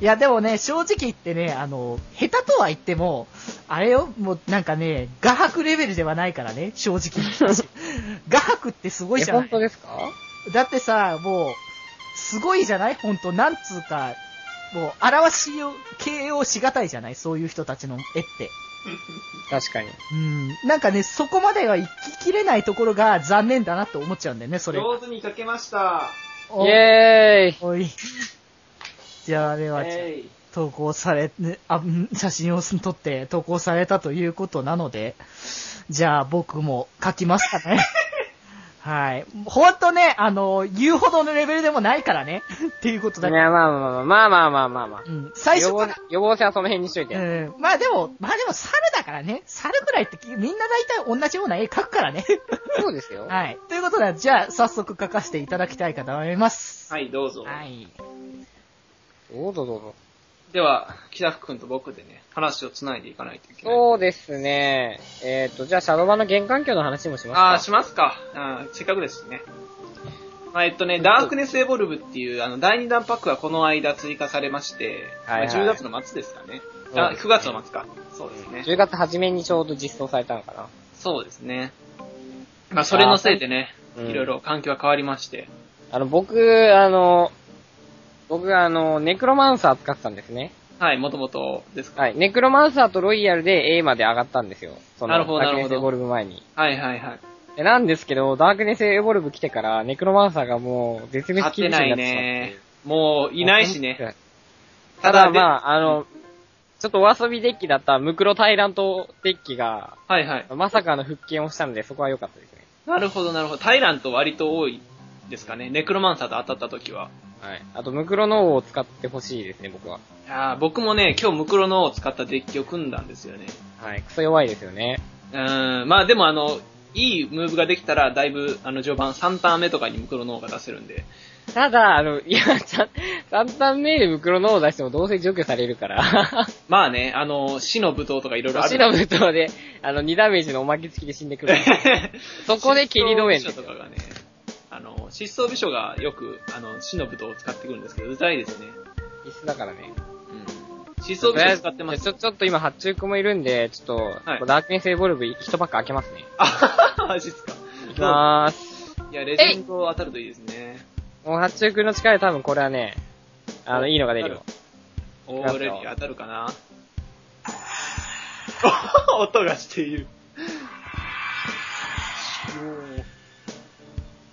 [SPEAKER 1] いや、でもね、正直言ってね、あの、下手とは言っても、あれよ、もうなんかね、画伯レベルではないからね、正直。
[SPEAKER 3] (laughs)
[SPEAKER 1] 画伯ってすごい
[SPEAKER 3] え、
[SPEAKER 1] じゃな
[SPEAKER 3] 本
[SPEAKER 1] い
[SPEAKER 3] 当ですか
[SPEAKER 1] だってさ、もう、すごいじゃない本当なんつうか、もう、表しよう、形容しがたいじゃないそういう人たちの絵って。
[SPEAKER 3] 確かに。
[SPEAKER 1] うん。なんかね、そこまでは行ききれないところが残念だなって思っちゃうんだよね、それ。
[SPEAKER 2] 上手に書けました。
[SPEAKER 1] お
[SPEAKER 3] イェーイ
[SPEAKER 1] おい。じゃあ、あれは、
[SPEAKER 2] えい
[SPEAKER 1] 投稿され、ねあ、ん写真を撮って投稿されたということなので、じゃあ僕も書きますかね。はい。ほんとね、あの、言うほどのレベルでもないからね。っていうこと
[SPEAKER 3] い
[SPEAKER 1] だ
[SPEAKER 3] や、
[SPEAKER 1] け。
[SPEAKER 3] まあまあまあまあまあまあまあま
[SPEAKER 1] うん。
[SPEAKER 3] あ。
[SPEAKER 1] 最
[SPEAKER 3] 予
[SPEAKER 1] 初
[SPEAKER 3] 防
[SPEAKER 1] から。、
[SPEAKER 3] 予防線はその辺にしというて。
[SPEAKER 1] ん。まあでも、まあでも猿だからね。猿ぐらいってみんな大体同じような絵描くからね。
[SPEAKER 3] そうですよ。
[SPEAKER 1] はい。ということで、じゃあ早速書かせていただきたいかと思います。
[SPEAKER 2] はい、どうぞ。
[SPEAKER 1] はい。
[SPEAKER 3] どうぞどうぞ。
[SPEAKER 2] では、北福君と僕でね、話を繋いでいかないといけない。
[SPEAKER 3] そうですね。えっ、と、じゃあ、シャドバの原環境の話もしますか。
[SPEAKER 2] ああ、しますか。うん、せっかくですしね。まあえっとね、ダークネスエボルブっていう、あの、第2弾パックがこの間追加されまして、まあ
[SPEAKER 3] はいはい
[SPEAKER 2] 10月の末ですかね。
[SPEAKER 3] そう
[SPEAKER 2] あ、
[SPEAKER 3] です
[SPEAKER 2] 9月の末か。そうですね。
[SPEAKER 3] 10月初めにちょうど実装されたのかな。
[SPEAKER 2] そうですね。まあ、それのせいでね、
[SPEAKER 3] うん
[SPEAKER 2] いろいろ環境が変わりまして。
[SPEAKER 3] あの、僕、あの、僕、あの、ネクロマンサー使ってたんですね。
[SPEAKER 2] はい、もともとですか。
[SPEAKER 3] はい。ネクロマンサーとロイヤルで A まで上がったんですよ。その、
[SPEAKER 2] なるほど
[SPEAKER 3] ダークネス
[SPEAKER 2] なる
[SPEAKER 3] エ
[SPEAKER 2] ほど
[SPEAKER 3] ボルブ前に。
[SPEAKER 2] はいはいはい。
[SPEAKER 3] でなんですけど、ダークネスエボルブ来てから、ネクロマンサーがもう、絶
[SPEAKER 2] 合
[SPEAKER 3] 滅
[SPEAKER 2] っ
[SPEAKER 3] 危惧
[SPEAKER 2] て
[SPEAKER 3] 種になっ
[SPEAKER 2] な
[SPEAKER 3] てしま
[SPEAKER 2] い
[SPEAKER 3] って
[SPEAKER 2] ね。。もう、いないしね。。
[SPEAKER 3] た
[SPEAKER 2] ただ
[SPEAKER 3] だ、
[SPEAKER 2] で
[SPEAKER 3] まあ、あの、ちょっとお遊びデッキだったムクロタイラントデッキが、
[SPEAKER 2] はいはい。
[SPEAKER 3] まさかの復権をしたので、そこは良かったですね。
[SPEAKER 2] なるほどなるほど。タイラント割と多いですかね。ネクロマンサーと当たった時は。
[SPEAKER 3] はい。あと、ムクロノオを使ってほしいですね、僕は。
[SPEAKER 2] いやー僕もね、今日ムクロのを使ったデッキを組んだんですよね。
[SPEAKER 3] はい。クソ弱いですよね。
[SPEAKER 2] うーん、まあでもあの、いいムーブができたら、だいぶ、あの、序盤3ターン目とかにムクロの方が出せるんで。
[SPEAKER 3] ただ、あの、いや、ちゃん、簡単目でムクロノオを出してもどうせ除去されるから。
[SPEAKER 2] まあね、あの、死の舞踏とかいろいろある。
[SPEAKER 3] 死の武闘で、あの、2ダメージのおまけ付きで死んでくる。
[SPEAKER 2] (laughs)
[SPEAKER 3] そこで蹴り止めん
[SPEAKER 2] 失
[SPEAKER 3] です
[SPEAKER 2] 踪美女と
[SPEAKER 3] よ。
[SPEAKER 2] かがね、あの、失踪美女がよく、あの、死の舞踏を使ってくるんですけど、うざいですね。
[SPEAKER 3] 必須だからね。
[SPEAKER 2] うん。失踪美女使ってます。
[SPEAKER 3] ちょ、ちょっと今発注くもいるんで、ちょっと、
[SPEAKER 2] はい
[SPEAKER 3] ダークネスエボルブ一パック開けますね。
[SPEAKER 2] あははは、マジっすか。
[SPEAKER 3] いきまーす。
[SPEAKER 2] いや、レジェンド当たるといいですね。
[SPEAKER 3] もう発注くんの力で多分これはね、あ
[SPEAKER 2] お
[SPEAKER 3] の、いいのが出るよ。
[SPEAKER 2] オ
[SPEAKER 3] ます
[SPEAKER 2] ー
[SPEAKER 3] よ
[SPEAKER 2] レリア当たるかな (laughs) 音がしている。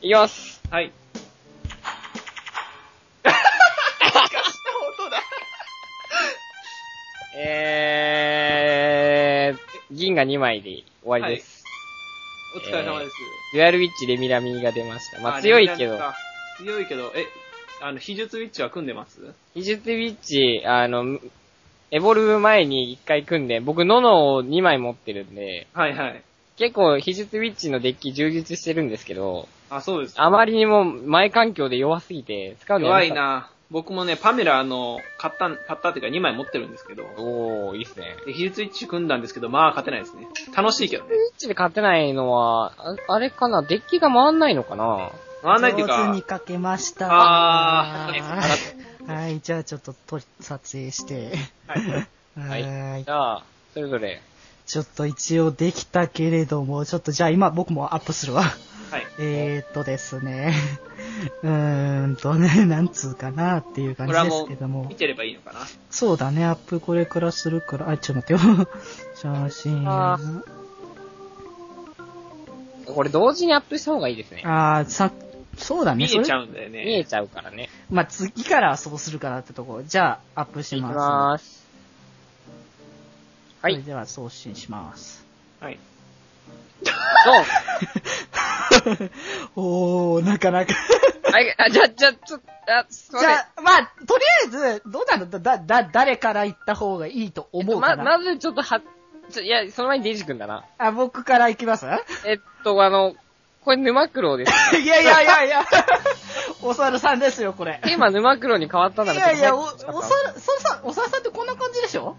[SPEAKER 3] いきます。
[SPEAKER 2] はい。音だ。
[SPEAKER 3] えー、銀が2枚で終わりです。
[SPEAKER 2] (laughs) お疲れ様です。
[SPEAKER 3] デュアルウィッチレミラミが出ました。まあ
[SPEAKER 2] あ
[SPEAKER 3] 強いけ。ど
[SPEAKER 2] レミ、ラですか強いけど、え、あの、秘術ウィッチは組んでます
[SPEAKER 3] 技術ウィッチ、あの、エボルブ前に一回組んで、僕、ノノを2枚持ってるんで、
[SPEAKER 2] はいはい。
[SPEAKER 3] 結構、秘術ウィッチのデッキ充実してるんですけど、
[SPEAKER 2] あ、そうです。
[SPEAKER 3] あまりにも前環境で弱すぎて、使うのや
[SPEAKER 2] 弱
[SPEAKER 3] め
[SPEAKER 2] い
[SPEAKER 3] た。
[SPEAKER 2] な僕もね、パメラ、あの、買ったん、買ったっていうか2枚持ってるんですけど、
[SPEAKER 3] おー、いいっすね。
[SPEAKER 2] で秘術ウィッチ組んだんですけど、まあ勝てないですね。楽しいけどね。
[SPEAKER 3] ウィッチで勝てないのは、ああれかな、デッキが回んないのかな
[SPEAKER 2] 回んないっていう
[SPEAKER 1] 上手
[SPEAKER 2] か
[SPEAKER 1] に、かけました。
[SPEAKER 2] あ
[SPEAKER 1] ーはい、じゃあちょっと撮り撮影して。
[SPEAKER 2] はい
[SPEAKER 1] は
[SPEAKER 3] はい
[SPEAKER 1] ーい
[SPEAKER 3] じ。ゃあ、それぞれ。
[SPEAKER 1] ちょっと一応できたけれども、ちょっとじゃあ今僕もアップするわ。
[SPEAKER 2] はい。
[SPEAKER 1] えーっとですね。うーんとね、なんつうかなっていう
[SPEAKER 2] こ
[SPEAKER 1] 感
[SPEAKER 2] れは
[SPEAKER 1] じで
[SPEAKER 2] も
[SPEAKER 1] すけど
[SPEAKER 2] う、
[SPEAKER 1] も
[SPEAKER 2] 見。てればいいのかな。
[SPEAKER 1] そうだね、アップこれからするから。あ、ちょっと待ってよ。 (laughs) 写真。
[SPEAKER 3] あ
[SPEAKER 1] あ
[SPEAKER 3] ーこれ同時にアップした方がいいですね。
[SPEAKER 1] あー、さ、そうだね、
[SPEAKER 2] 見
[SPEAKER 1] そ
[SPEAKER 2] え
[SPEAKER 1] れ
[SPEAKER 2] ち。ゃうんだよ
[SPEAKER 3] 見え
[SPEAKER 2] ね。
[SPEAKER 3] ちゃうからね。
[SPEAKER 1] まあ、次からそうするかなってとこ。じゃあ、アップし
[SPEAKER 3] いき
[SPEAKER 1] ます。
[SPEAKER 3] まーす。は
[SPEAKER 1] それ
[SPEAKER 3] い、
[SPEAKER 1] では送信します。 (laughs)
[SPEAKER 2] はい。
[SPEAKER 3] ドン
[SPEAKER 1] おー、なかなか。
[SPEAKER 3] はい、あ、じゃ、じゃ、ちょ、あ、すいま
[SPEAKER 1] じ
[SPEAKER 3] せん。
[SPEAKER 1] ゃあ、まあ、とりあえず、どうなのだ、だ、だ、誰から行った方がいいと思うか
[SPEAKER 3] ま、
[SPEAKER 1] な、
[SPEAKER 3] まずちょっとは、ちょ、いや、その前にデイジ君だな。 (laughs)
[SPEAKER 1] あ、僕から行きます (laughs) い
[SPEAKER 3] えっと、あの、これ沼九郎です。
[SPEAKER 1] やいやいやいや、お猿さんですよ、これ。
[SPEAKER 3] テーマ沼九郎に変わったん
[SPEAKER 1] い
[SPEAKER 3] だ
[SPEAKER 1] やいや、お、お
[SPEAKER 3] ちょっと
[SPEAKER 1] 猿、そさん、お猿さんってこんな感じでしょ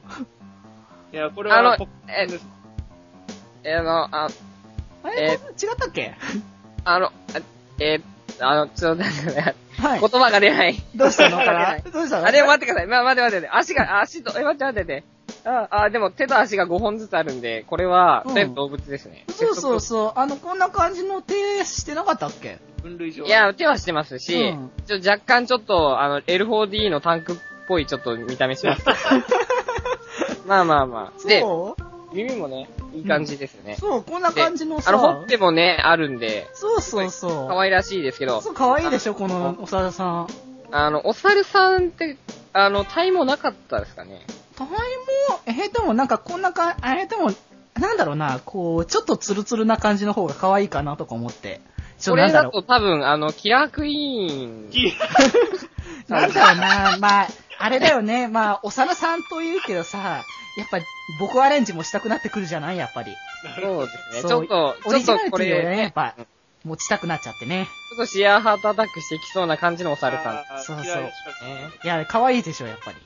[SPEAKER 2] いや、これ
[SPEAKER 3] あの
[SPEAKER 2] は、ポ、
[SPEAKER 3] え、え、あの、あ、
[SPEAKER 1] あれ、
[SPEAKER 3] え
[SPEAKER 1] こんな違ったっけ
[SPEAKER 3] あの、あえ、あの、ちょっと待ってください。
[SPEAKER 1] はい
[SPEAKER 3] 言。葉が出ない。
[SPEAKER 1] どうしたのか
[SPEAKER 3] わ (laughs)
[SPEAKER 1] な
[SPEAKER 3] け
[SPEAKER 1] どうしたの
[SPEAKER 3] あれ、待ってください。ま、待って待って待って。足が、足と、え、待って待って待って。あ、あ、でも手と足が5本ずつあるんで、これは、
[SPEAKER 1] うん
[SPEAKER 3] とりあえず動物ですね。
[SPEAKER 1] そうそうそう、あの、こんな感じの手してなかったっけ
[SPEAKER 2] 分類上。
[SPEAKER 3] い、
[SPEAKER 2] (laughs)
[SPEAKER 3] や、手はしてますし、
[SPEAKER 1] うん
[SPEAKER 3] ちょ若干ちょっと、あの、L4D のタンクっぽいちょっと見た目し
[SPEAKER 1] (laughs)
[SPEAKER 3] ます。まあまあまあ。で、
[SPEAKER 1] そう
[SPEAKER 3] 耳もね、いい感じですね。
[SPEAKER 1] そう、こんな
[SPEAKER 3] で
[SPEAKER 1] 感じの
[SPEAKER 3] あ
[SPEAKER 1] さ
[SPEAKER 3] の、、ほっぺもね、あるんで、
[SPEAKER 1] そうそうそう。
[SPEAKER 3] 可愛らしいですけど
[SPEAKER 1] そ、う、可愛いでしょ、このお猿さん。
[SPEAKER 3] あの、お猿さんって、あの、体毛なかったですかね。
[SPEAKER 1] たまにも、えー、でもなんかこんなか、えー、でも、なんだろうな、こう、ちょっとツルツルな感じの方が可愛いかなとか思って。ちょ、
[SPEAKER 3] こ
[SPEAKER 1] な
[SPEAKER 3] れ
[SPEAKER 1] んだ
[SPEAKER 3] だ
[SPEAKER 1] ろ
[SPEAKER 3] と多分、あの、キラークイーン。
[SPEAKER 2] き、
[SPEAKER 1] う。なんだろうな、まあ、あれだよね、まあ、お猿さんと言うけどさ、やっぱ、僕アレンジもしたくなってくるじゃないやっぱり。
[SPEAKER 3] (laughs) そうですね。ち
[SPEAKER 1] そ
[SPEAKER 3] ょ
[SPEAKER 1] う
[SPEAKER 3] っと、
[SPEAKER 1] オ
[SPEAKER 3] ちょ
[SPEAKER 1] リ
[SPEAKER 3] っ
[SPEAKER 1] ジ
[SPEAKER 3] と
[SPEAKER 1] ナリテ
[SPEAKER 3] こ
[SPEAKER 1] ィを
[SPEAKER 3] れ、
[SPEAKER 1] ね、やっぱ
[SPEAKER 3] うん、
[SPEAKER 1] 持ちたくなっちゃってね。
[SPEAKER 3] ちょっとシェアハートアタックしてきそうな感じのお猿さんで
[SPEAKER 2] あー
[SPEAKER 1] そうそう
[SPEAKER 2] 嫌い
[SPEAKER 3] すね。
[SPEAKER 1] いや、可愛いでしょ、やっぱり。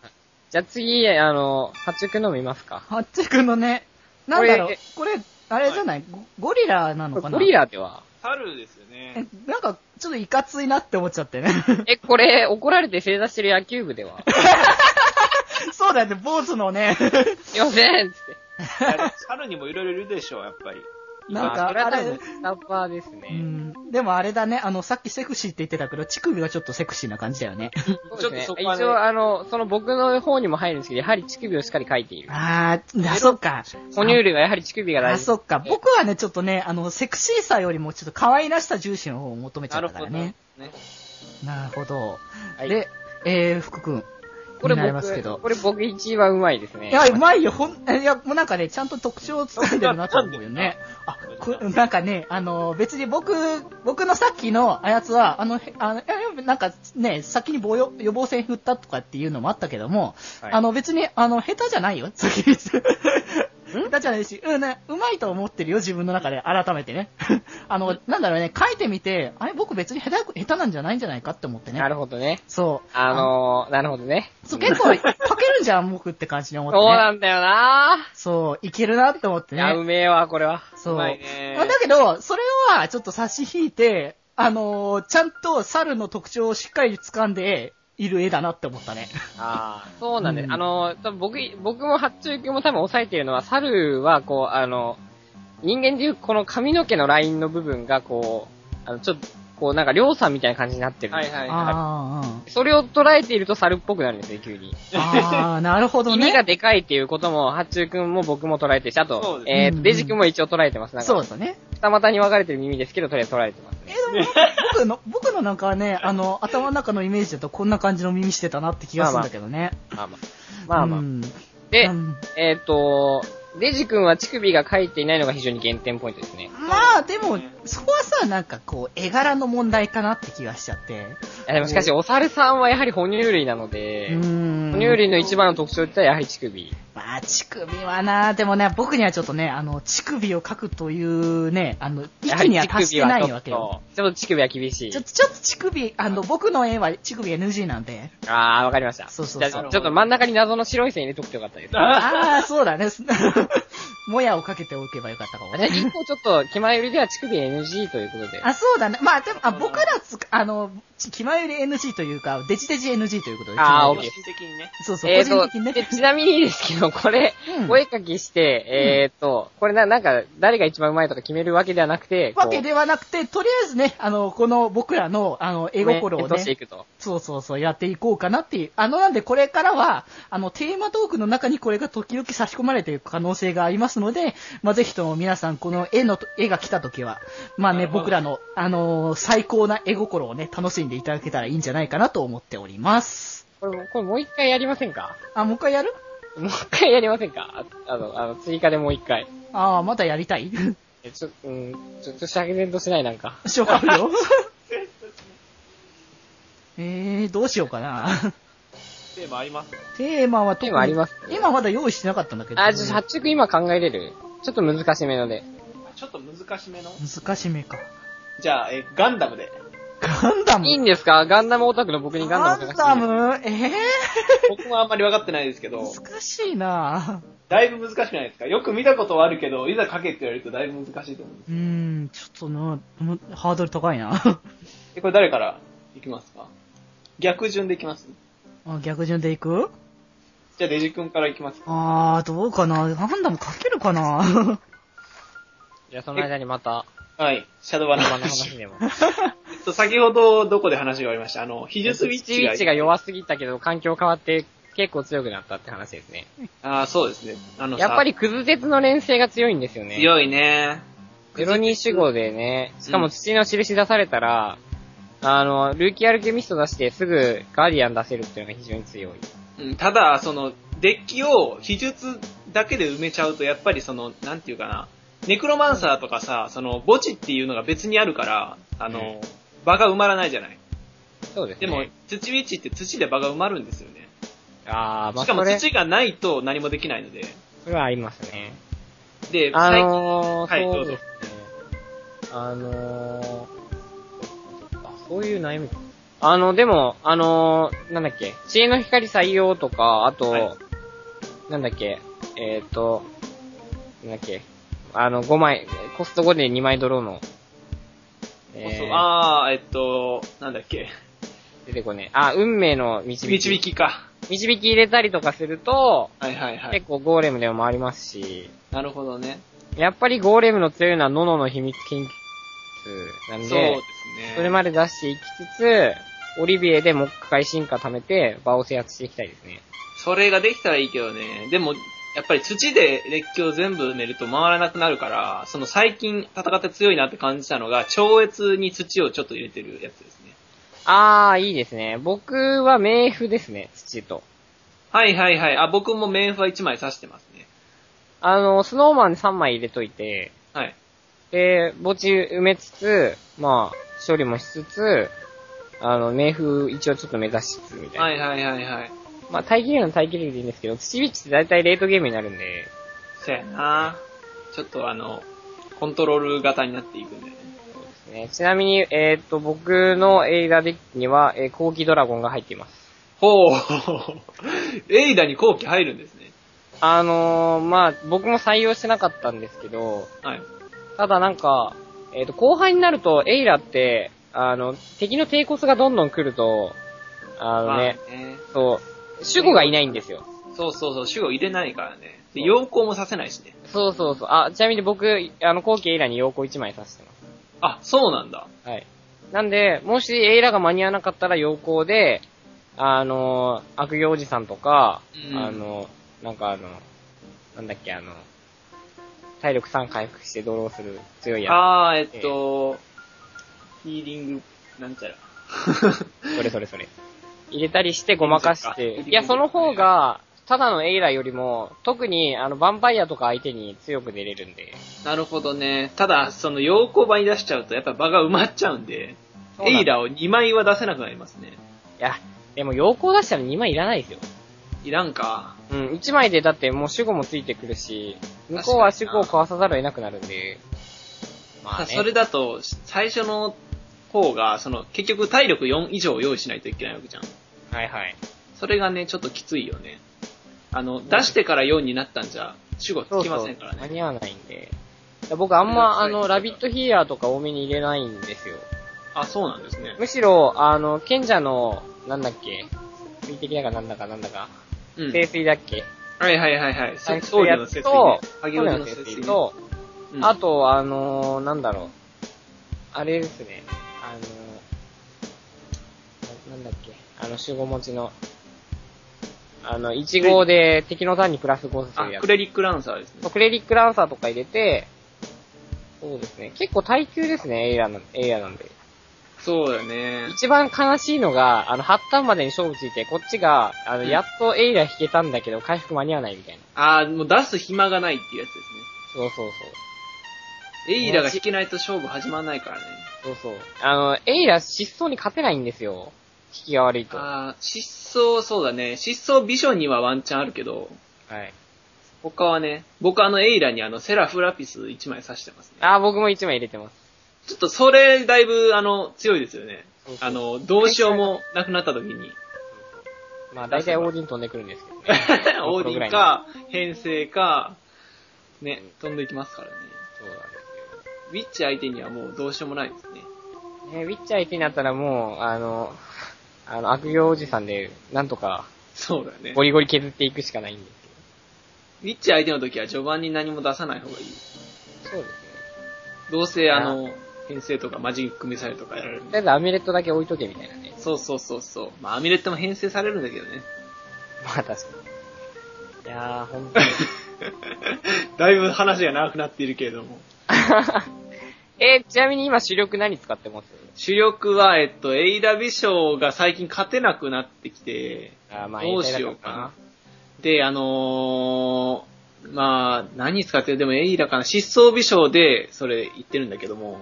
[SPEAKER 3] じゃあ次、あの、八くの見ますか。
[SPEAKER 1] ハッチ君のね、なんだろ
[SPEAKER 3] こ
[SPEAKER 1] う
[SPEAKER 3] れ、
[SPEAKER 1] これ、あれじゃない、ゴゴリラなのかな
[SPEAKER 3] ゴリラでは。
[SPEAKER 2] 猿ですよ
[SPEAKER 1] え (laughs)
[SPEAKER 2] ね。
[SPEAKER 1] なんか、ちょっといかついなって思っちゃってね。 (laughs)
[SPEAKER 3] え、これ、怒られて正座してる野球部では。
[SPEAKER 1] そうだよね、坊主のね、
[SPEAKER 3] すいませんつっ
[SPEAKER 2] いや猿にもいろいろいるでしょう、やっぱり。
[SPEAKER 1] なん
[SPEAKER 3] て。
[SPEAKER 1] か、
[SPEAKER 3] これは
[SPEAKER 1] あ
[SPEAKER 3] 多
[SPEAKER 1] れ
[SPEAKER 3] 分、、スタッパーです
[SPEAKER 1] う
[SPEAKER 3] ね。
[SPEAKER 1] ん、でもあれだね、あの、さっきセクシーって言ってたけど、乳首がちょっとセクシーな感じだよね。
[SPEAKER 3] そうです
[SPEAKER 2] ちょ
[SPEAKER 3] ね
[SPEAKER 2] っとそ。こはね
[SPEAKER 3] 一応、あの、その僕の方にも入るんですけど、やはり乳首をしっかり書いている。
[SPEAKER 1] あー、あ、そっか。
[SPEAKER 3] 哺乳類はやはり乳首が
[SPEAKER 1] あ、
[SPEAKER 3] 大事。
[SPEAKER 1] そっか。僕はね、ちょっとね、あの、セクシーさよりもちょっと可愛らしさ重視の方を求めちゃ
[SPEAKER 2] な
[SPEAKER 1] っ
[SPEAKER 2] る
[SPEAKER 1] た
[SPEAKER 2] ほ
[SPEAKER 1] か
[SPEAKER 2] ど
[SPEAKER 1] ら
[SPEAKER 2] ね
[SPEAKER 1] ね。。なるほど。
[SPEAKER 3] はい
[SPEAKER 1] で、えー、福くん。
[SPEAKER 3] これ
[SPEAKER 1] になりますけど
[SPEAKER 3] 僕、これ僕一番うまいですね。
[SPEAKER 1] いや、うまいよ、ほん、いや、もうなんかね、ちゃんと特徴をつかんでるなと思うよ
[SPEAKER 3] (laughs)
[SPEAKER 1] ね。あ、こなんかね、あの、別に僕、僕のさっきのやつは、あの、へあの、いやなんかね、先に防予予防線振ったとかっていうのもあったけども、
[SPEAKER 3] はい
[SPEAKER 1] あの、別に、あの、下手じゃないよ、先に。下手じゃないし、うん、ね、うまいと思ってるよ、自分の中で、改めてね。あの、なんだろうね、書いてみて、あれ、僕別に下手く、下手なんじゃないんじゃないかって思ってね
[SPEAKER 3] な。るほどね。
[SPEAKER 1] そう。
[SPEAKER 3] あのー、なるほどね。
[SPEAKER 1] そう、結構、書けるんじゃん、僕って感じに思
[SPEAKER 3] そ
[SPEAKER 1] っ
[SPEAKER 3] う
[SPEAKER 1] て、ね。
[SPEAKER 3] なんだよな
[SPEAKER 1] そう、いけるなって思って
[SPEAKER 3] いや、う
[SPEAKER 1] ね。
[SPEAKER 3] めえわ、これは。
[SPEAKER 1] そう。
[SPEAKER 2] う
[SPEAKER 1] ま
[SPEAKER 2] ま
[SPEAKER 1] あ
[SPEAKER 2] いね。
[SPEAKER 1] だけど、それはちょっと差し引いて、あのーちゃんと猿の特徴をしっかり掴んでいる絵だなって思ったね。
[SPEAKER 3] ああ、そうなんです。
[SPEAKER 1] うん
[SPEAKER 3] あの、多分僕、僕も八中級も多分抑えているのは、猿は、こう、あの、人間でいうこの髪の毛のラインの部分が、こう、あの、ちょっと、こう、なんか、りょうさんみたいな感じになってるんですよ。
[SPEAKER 2] はいはい
[SPEAKER 1] あ
[SPEAKER 3] それを捉えていると猿っぽくなるんですよ、急に。
[SPEAKER 1] ー
[SPEAKER 3] (laughs)
[SPEAKER 1] あー、なるほど
[SPEAKER 3] 耳が
[SPEAKER 1] ね。
[SPEAKER 3] でかいっていうことも、八中君も僕も捉えてるし、あ
[SPEAKER 2] そ
[SPEAKER 3] と
[SPEAKER 2] う、です
[SPEAKER 1] ね
[SPEAKER 3] えーと、デジ君も一応捉えてます。なんか
[SPEAKER 1] そうだね。
[SPEAKER 3] 二股に分かれてる耳ですけど、とりあえず捉えてます
[SPEAKER 1] え
[SPEAKER 3] ね。
[SPEAKER 1] ーでも僕
[SPEAKER 3] (laughs)
[SPEAKER 1] の、僕のなんかはね、あの、頭の中のイメージだとこんな感じの耳してたなって気がするんだけどね。
[SPEAKER 3] まあまあ。まあまあ。
[SPEAKER 1] うん
[SPEAKER 3] で
[SPEAKER 1] う、ん
[SPEAKER 3] えっ、と、デジ君は乳首が書いていないのが非常に減点ポイントですね。
[SPEAKER 1] まあ、でも、そこはさ、なんかこう、絵柄の問題かなって気がしちゃって。
[SPEAKER 3] いやでもしかし、お猿さんはやはり哺乳類なの
[SPEAKER 1] う
[SPEAKER 3] で、
[SPEAKER 1] ーん。
[SPEAKER 3] 哺乳類の一番の特徴って言ったらやはり乳首。
[SPEAKER 1] まあ、乳首はな、でもね、僕にはちょっとね、あの、乳首を描くというね、あの、
[SPEAKER 3] や
[SPEAKER 1] 域
[SPEAKER 3] はり
[SPEAKER 1] には
[SPEAKER 3] 乳
[SPEAKER 1] 達し
[SPEAKER 3] 首
[SPEAKER 1] て
[SPEAKER 3] は
[SPEAKER 1] な
[SPEAKER 3] ちょ
[SPEAKER 1] い
[SPEAKER 3] っ
[SPEAKER 1] わけよ。
[SPEAKER 3] と、ちょっと乳首は厳しい
[SPEAKER 1] ちょ。っと、ちょっと乳首、あの、僕の絵は乳首 NG なん
[SPEAKER 3] (laughs)
[SPEAKER 1] で。
[SPEAKER 3] あー、わかりました。
[SPEAKER 1] そうそうそう
[SPEAKER 3] じゃあちょっと真ん中に謎の白い線入れとくとよかったです。じ
[SPEAKER 1] あ
[SPEAKER 3] ゃ
[SPEAKER 1] あ、そうだね。 (laughs) もやをかけておけばよかったかも
[SPEAKER 3] あ
[SPEAKER 1] ね。
[SPEAKER 3] 一個ちょっと、気前よりでは乳首 NG ということで。
[SPEAKER 1] あ、そうだね。まあ、でも、あ僕らつ、あの、ち気前より NG というか、デジデジ NG ということで。
[SPEAKER 3] あ
[SPEAKER 1] 気
[SPEAKER 3] ー
[SPEAKER 1] 前よ
[SPEAKER 2] 良
[SPEAKER 3] OK
[SPEAKER 2] 心的にね。
[SPEAKER 1] りそうそう、
[SPEAKER 3] え
[SPEAKER 1] 個
[SPEAKER 3] ー
[SPEAKER 1] 人
[SPEAKER 3] と
[SPEAKER 1] 的に、
[SPEAKER 3] で
[SPEAKER 1] ね。
[SPEAKER 3] ちなみにですけど、これ、
[SPEAKER 1] うん
[SPEAKER 3] お絵かきして、えーと、これな、なんか、誰が一番上手いとか決めるわけではなくて、こう
[SPEAKER 1] わけではなくて、とりあえずね、あの、この僕らの、あの、絵心
[SPEAKER 3] コメ
[SPEAKER 1] を
[SPEAKER 3] ントして
[SPEAKER 1] ね
[SPEAKER 3] い、くと。
[SPEAKER 1] そうそうそう、やっていこうかなっていう。あの、なんでこれからは、あの、テーマトークの中にこれが時々差し込まれていく可能性がありますので、まあ、ぜひとも皆さん、この絵の、絵が来た時は、まあ
[SPEAKER 2] な
[SPEAKER 1] ね、
[SPEAKER 2] るほど
[SPEAKER 1] 僕らの、あのー最高な絵心をね、楽しんでいただけたらいいんじゃないかなと思っております。
[SPEAKER 3] これ、これもう一回やりませんか
[SPEAKER 1] あ、もう一回やる
[SPEAKER 3] もう一回やりませんかああの、あの、追加でもう一回。
[SPEAKER 1] ああ、まだやりたい
[SPEAKER 3] え、ちょ、うん、ちょっと釈然としないなんか。
[SPEAKER 1] 消化不良えー、どうしようかな。
[SPEAKER 2] テーマありますね。
[SPEAKER 1] テーマは特
[SPEAKER 3] テ
[SPEAKER 1] に
[SPEAKER 3] ーマあります
[SPEAKER 1] 今まだ用意してなかったんだけど。
[SPEAKER 3] あ、ちょっと発注今考えれるちょっと難しめので。
[SPEAKER 2] ちょっと難しめの。
[SPEAKER 1] 難しめか。
[SPEAKER 2] じゃあ、え、ガンダムで。
[SPEAKER 1] ガンダム
[SPEAKER 3] いいんですかガンダムオタクの僕にガンダム
[SPEAKER 1] ガ
[SPEAKER 3] 探
[SPEAKER 1] ン
[SPEAKER 3] して
[SPEAKER 1] ダムえー、
[SPEAKER 2] 僕もあんまり分かってないですけど、
[SPEAKER 1] (laughs) 難しいなぁ。
[SPEAKER 2] だいぶ難しくないですかよく見たことはあるけど、いざ書けって言われるとだいぶ難しいと思う。
[SPEAKER 1] うーん、ちょっとな、むハードル高いな
[SPEAKER 2] え、これ誰からいきますか逆順でいきます
[SPEAKER 1] あ逆順でいく
[SPEAKER 2] じゃあ、デジ君からいきます。
[SPEAKER 1] あー、どうかなガンダム書けるかな
[SPEAKER 3] じゃあその間にまた、
[SPEAKER 2] はい。シャドウバナ
[SPEAKER 3] 他
[SPEAKER 2] ナ
[SPEAKER 3] の
[SPEAKER 2] 話。
[SPEAKER 3] 話
[SPEAKER 2] (laughs)
[SPEAKER 3] でも。
[SPEAKER 2] えっと、先ほどどこで話が終わりましたあの、秘術ウィッチ
[SPEAKER 3] ウィッチ
[SPEAKER 2] が。
[SPEAKER 3] が弱すぎたけど、環境変わって結構強くなったって話ですね。
[SPEAKER 2] ああ、そうですね。あのさ
[SPEAKER 3] やっぱりクズ鉄の連成が強いんですよね。
[SPEAKER 2] 強いね。
[SPEAKER 3] 02主語でね、しかも土の印出されたら、あの、ルーキーアルケミスト出してすぐガーディアン出せるっていうのが非常に強い。
[SPEAKER 2] うん、ただ、その、デッキを秘術だけで埋めちゃうと、やっぱりその、なんていうかな、ネクロマンサーとかさ、その、墓地っていうのが別にあるから、あの、場が埋まらないじゃない。
[SPEAKER 3] そうです
[SPEAKER 2] で
[SPEAKER 3] ね。
[SPEAKER 2] も、土ウィッチって土で場が埋まるんですよね。
[SPEAKER 3] あー、まあ、
[SPEAKER 2] しか
[SPEAKER 3] そ
[SPEAKER 2] も
[SPEAKER 3] れ、
[SPEAKER 2] 土がないと何もできないので。
[SPEAKER 3] それはありますね。
[SPEAKER 2] で、
[SPEAKER 3] あ
[SPEAKER 2] 最近、
[SPEAKER 3] のー、
[SPEAKER 2] はい
[SPEAKER 3] そう
[SPEAKER 2] ど
[SPEAKER 3] で
[SPEAKER 2] う
[SPEAKER 3] すね。あのー、あそういう悩みかあの、でも、あのー、なんだっけ、知恵の光採用とか、あと、
[SPEAKER 2] はい
[SPEAKER 3] なんだっけ、えっ、ー、と、なんだっけ、あの、5枚、コスト5で2枚ドローの、えー、
[SPEAKER 2] あー、えっと、なんだっけ、
[SPEAKER 3] 出てこねえ。あ、運命の導き。
[SPEAKER 2] 導きか。
[SPEAKER 3] 導き入れたりとかすると、
[SPEAKER 2] はいはいはい。
[SPEAKER 3] 結構ゴーレムでも回りますし、
[SPEAKER 2] なるほどね。
[SPEAKER 3] やっぱりゴーレムの強いのはノノの秘密研究室なん
[SPEAKER 2] そう
[SPEAKER 3] で、
[SPEAKER 2] ですね。
[SPEAKER 3] それまで出していきつつ、オリビエでもう一回進化貯めて場を制圧していきたいですね。
[SPEAKER 2] それができたらいいけどね。でも、やっぱり土で列強全部埋めると回らなくなるから、その最近戦って強いなって感じたのが、超越に土をちょっと入れてるやつですね。
[SPEAKER 3] あー、いいですね。僕は冥府ですね、土と。
[SPEAKER 2] はいはいはい。あ、僕もメンフは1枚刺してますね。
[SPEAKER 3] あの、スノーマン3枚入れといて、
[SPEAKER 2] はい。
[SPEAKER 3] で、墓地埋めつつ、まあ、処理もしつつ、あの、冥府一応ちょっと目指しつつ、みたいな。
[SPEAKER 2] はいはいはいはい。
[SPEAKER 3] まあ、耐えきれるのは耐えきれるでいいんですけど、土ビッチって大体レートゲームになるんで、
[SPEAKER 2] そやなちょっとあの、コントロール型になっていくんだよね。
[SPEAKER 3] ね、ちなみに、えーっと、僕のエイダーデッキには、えー、後期ドラゴンが入っています。
[SPEAKER 2] ほう。エイダに後期入るんですね。
[SPEAKER 3] あのー、まあ、僕も採用してなかったんですけど、
[SPEAKER 2] はい。
[SPEAKER 3] ただなんか、えーっと、後半になると、エイラって、あの、敵の低骨がどんどん来ると、あのね、
[SPEAKER 2] まあね
[SPEAKER 3] そう、主語がいないんですよ。
[SPEAKER 2] そうそうそう、主語入れないからね。で、陽光もさせないしね。
[SPEAKER 3] そうそうそう。あ、ちなみに僕、あの、後期エイラに陽光1枚刺してます。
[SPEAKER 2] あ、そうなんだ。
[SPEAKER 3] はい。なんで、もしエイラが間に合わなかったら陽光で、あの、悪行おじさんとか、
[SPEAKER 2] うん
[SPEAKER 3] あの、なんかあの、なんだっけ、あの、体力3回復してドローする強いや
[SPEAKER 2] あー、えっと、ヒーリング、なん
[SPEAKER 3] (laughs)
[SPEAKER 2] ちゃら。
[SPEAKER 3] つ。それそれそれ。入れたりしてごまかし
[SPEAKER 2] そう
[SPEAKER 3] て。
[SPEAKER 2] か
[SPEAKER 3] いや、その方が、ただのエイラよりも、特に、あの、ヴァンパイアとか相手に強く出れるんで。
[SPEAKER 2] なるほどね。ただ、その、陽光場に出しちゃうと、やっぱ場が埋まっちゃうんで、
[SPEAKER 3] そうなん
[SPEAKER 2] エイラを2枚は出せなくなりますね。
[SPEAKER 3] いや、でも、陽光出したら2枚いらないですよ。
[SPEAKER 2] いらんか。
[SPEAKER 3] うん、1枚でだってもう主語もついてくるし、向こうは主語をかわさざるを得なくなるんで。まあね。
[SPEAKER 2] それだと、最初の方が、その、結局体力4以上用意しないといけないわけじゃん。
[SPEAKER 3] はいはい。
[SPEAKER 2] それがね、ちょっときついよね。あの、出してから4になったんじゃ、主語つきませんから
[SPEAKER 3] 間
[SPEAKER 2] ね。
[SPEAKER 3] に合わないんで。いや僕あんま、あ
[SPEAKER 2] それが辛い
[SPEAKER 3] の、ラビットヒーラーとか多めに入れないんですよ。
[SPEAKER 2] あ、そうなんですね。
[SPEAKER 3] むしろ、あの、賢者の、なんだっけ、水滴だかなんだかなんだか、
[SPEAKER 2] うん。
[SPEAKER 3] 聖水だっけ、
[SPEAKER 2] はいはいはいはい。そ
[SPEAKER 3] あ
[SPEAKER 2] う
[SPEAKER 3] の
[SPEAKER 2] 僧侶の
[SPEAKER 3] やつ
[SPEAKER 2] 節
[SPEAKER 3] と
[SPEAKER 2] 水、ね。
[SPEAKER 3] 僧
[SPEAKER 2] 萩
[SPEAKER 3] 侶
[SPEAKER 2] 生
[SPEAKER 3] の
[SPEAKER 2] の
[SPEAKER 3] 聖水
[SPEAKER 2] 節水ね。
[SPEAKER 3] と、
[SPEAKER 2] うん
[SPEAKER 3] あと、あの、なんだろう、あれですね、あの、ななんだっけ、あの、集合持ちの、あの、1号で敵の単にプラス5す
[SPEAKER 2] あ
[SPEAKER 3] るや、つ
[SPEAKER 2] ク。レリックランサーですね。
[SPEAKER 3] クレリックランサーとか入れて、そうですね。結構耐久ですね、エイラなんエイラなんで。
[SPEAKER 2] そうだよね。
[SPEAKER 3] 一番悲しいのが、あの、発端までに勝負ついて、こっちが、あの、
[SPEAKER 2] うん
[SPEAKER 3] やっとエイラ引けたんだけど、回復間に合わないみたいな。
[SPEAKER 2] あー、もう出す暇がないっていうやつです
[SPEAKER 3] そうそう
[SPEAKER 2] ね。エイラが引けないと勝負始まんないからね。
[SPEAKER 3] そう。そうそう。あの、エイラ失踪に勝てないんですよ。引きが悪いと。は
[SPEAKER 2] あー、失踪、そうだね。失踪ビションにはワンチャンあるけど、
[SPEAKER 3] い。
[SPEAKER 2] 他はね、僕あのエイラにあのセラフラピス1枚刺してますね。
[SPEAKER 3] あー、僕も一枚入れてます。
[SPEAKER 2] ちょっとそれだいぶあの強いですよね。
[SPEAKER 3] そうそう
[SPEAKER 2] あ、の、どうしようもなくなった時に。
[SPEAKER 3] まあ、大体オーディン飛んでくるんですけど (laughs) ね。
[SPEAKER 2] オーディンか、編成か、ね、飛んでいきますからね。
[SPEAKER 3] そうなんです
[SPEAKER 2] ウィッチ相手にはもうどうしようもないですね。
[SPEAKER 3] よ。ね、ウィッチャー相手になったらもう、あの、あの、悪行おじさんで、なんとか、
[SPEAKER 2] そうだよね
[SPEAKER 3] ゴ。リゴリ削っていくしかないんです
[SPEAKER 2] ウィッチ相手の時は序盤に何も出さない方がいい。
[SPEAKER 3] けど。そうです
[SPEAKER 2] どうせあの、編成とかマジックミサイルとかやられる
[SPEAKER 3] ね。とりあえずアミュレットだけ置いとけみたいなね。 (laughs)
[SPEAKER 2] そうそうそうそう。まあアミュレットも編成されるんだけどね。
[SPEAKER 3] まあ確かに。いやー、ほんとに。
[SPEAKER 2] (laughs) だいぶ話が長くなっているけれども。
[SPEAKER 3] (laughs) えーちなみに今主力何使ってます
[SPEAKER 2] 主力は、えっと、エイラビショーが最近勝てなくなってきて、
[SPEAKER 3] あーま
[SPEAKER 2] どうしようかな。で、あのー、まあ、何使ってるでもエイラかな。失踪美少で、それ言ってるんだけども、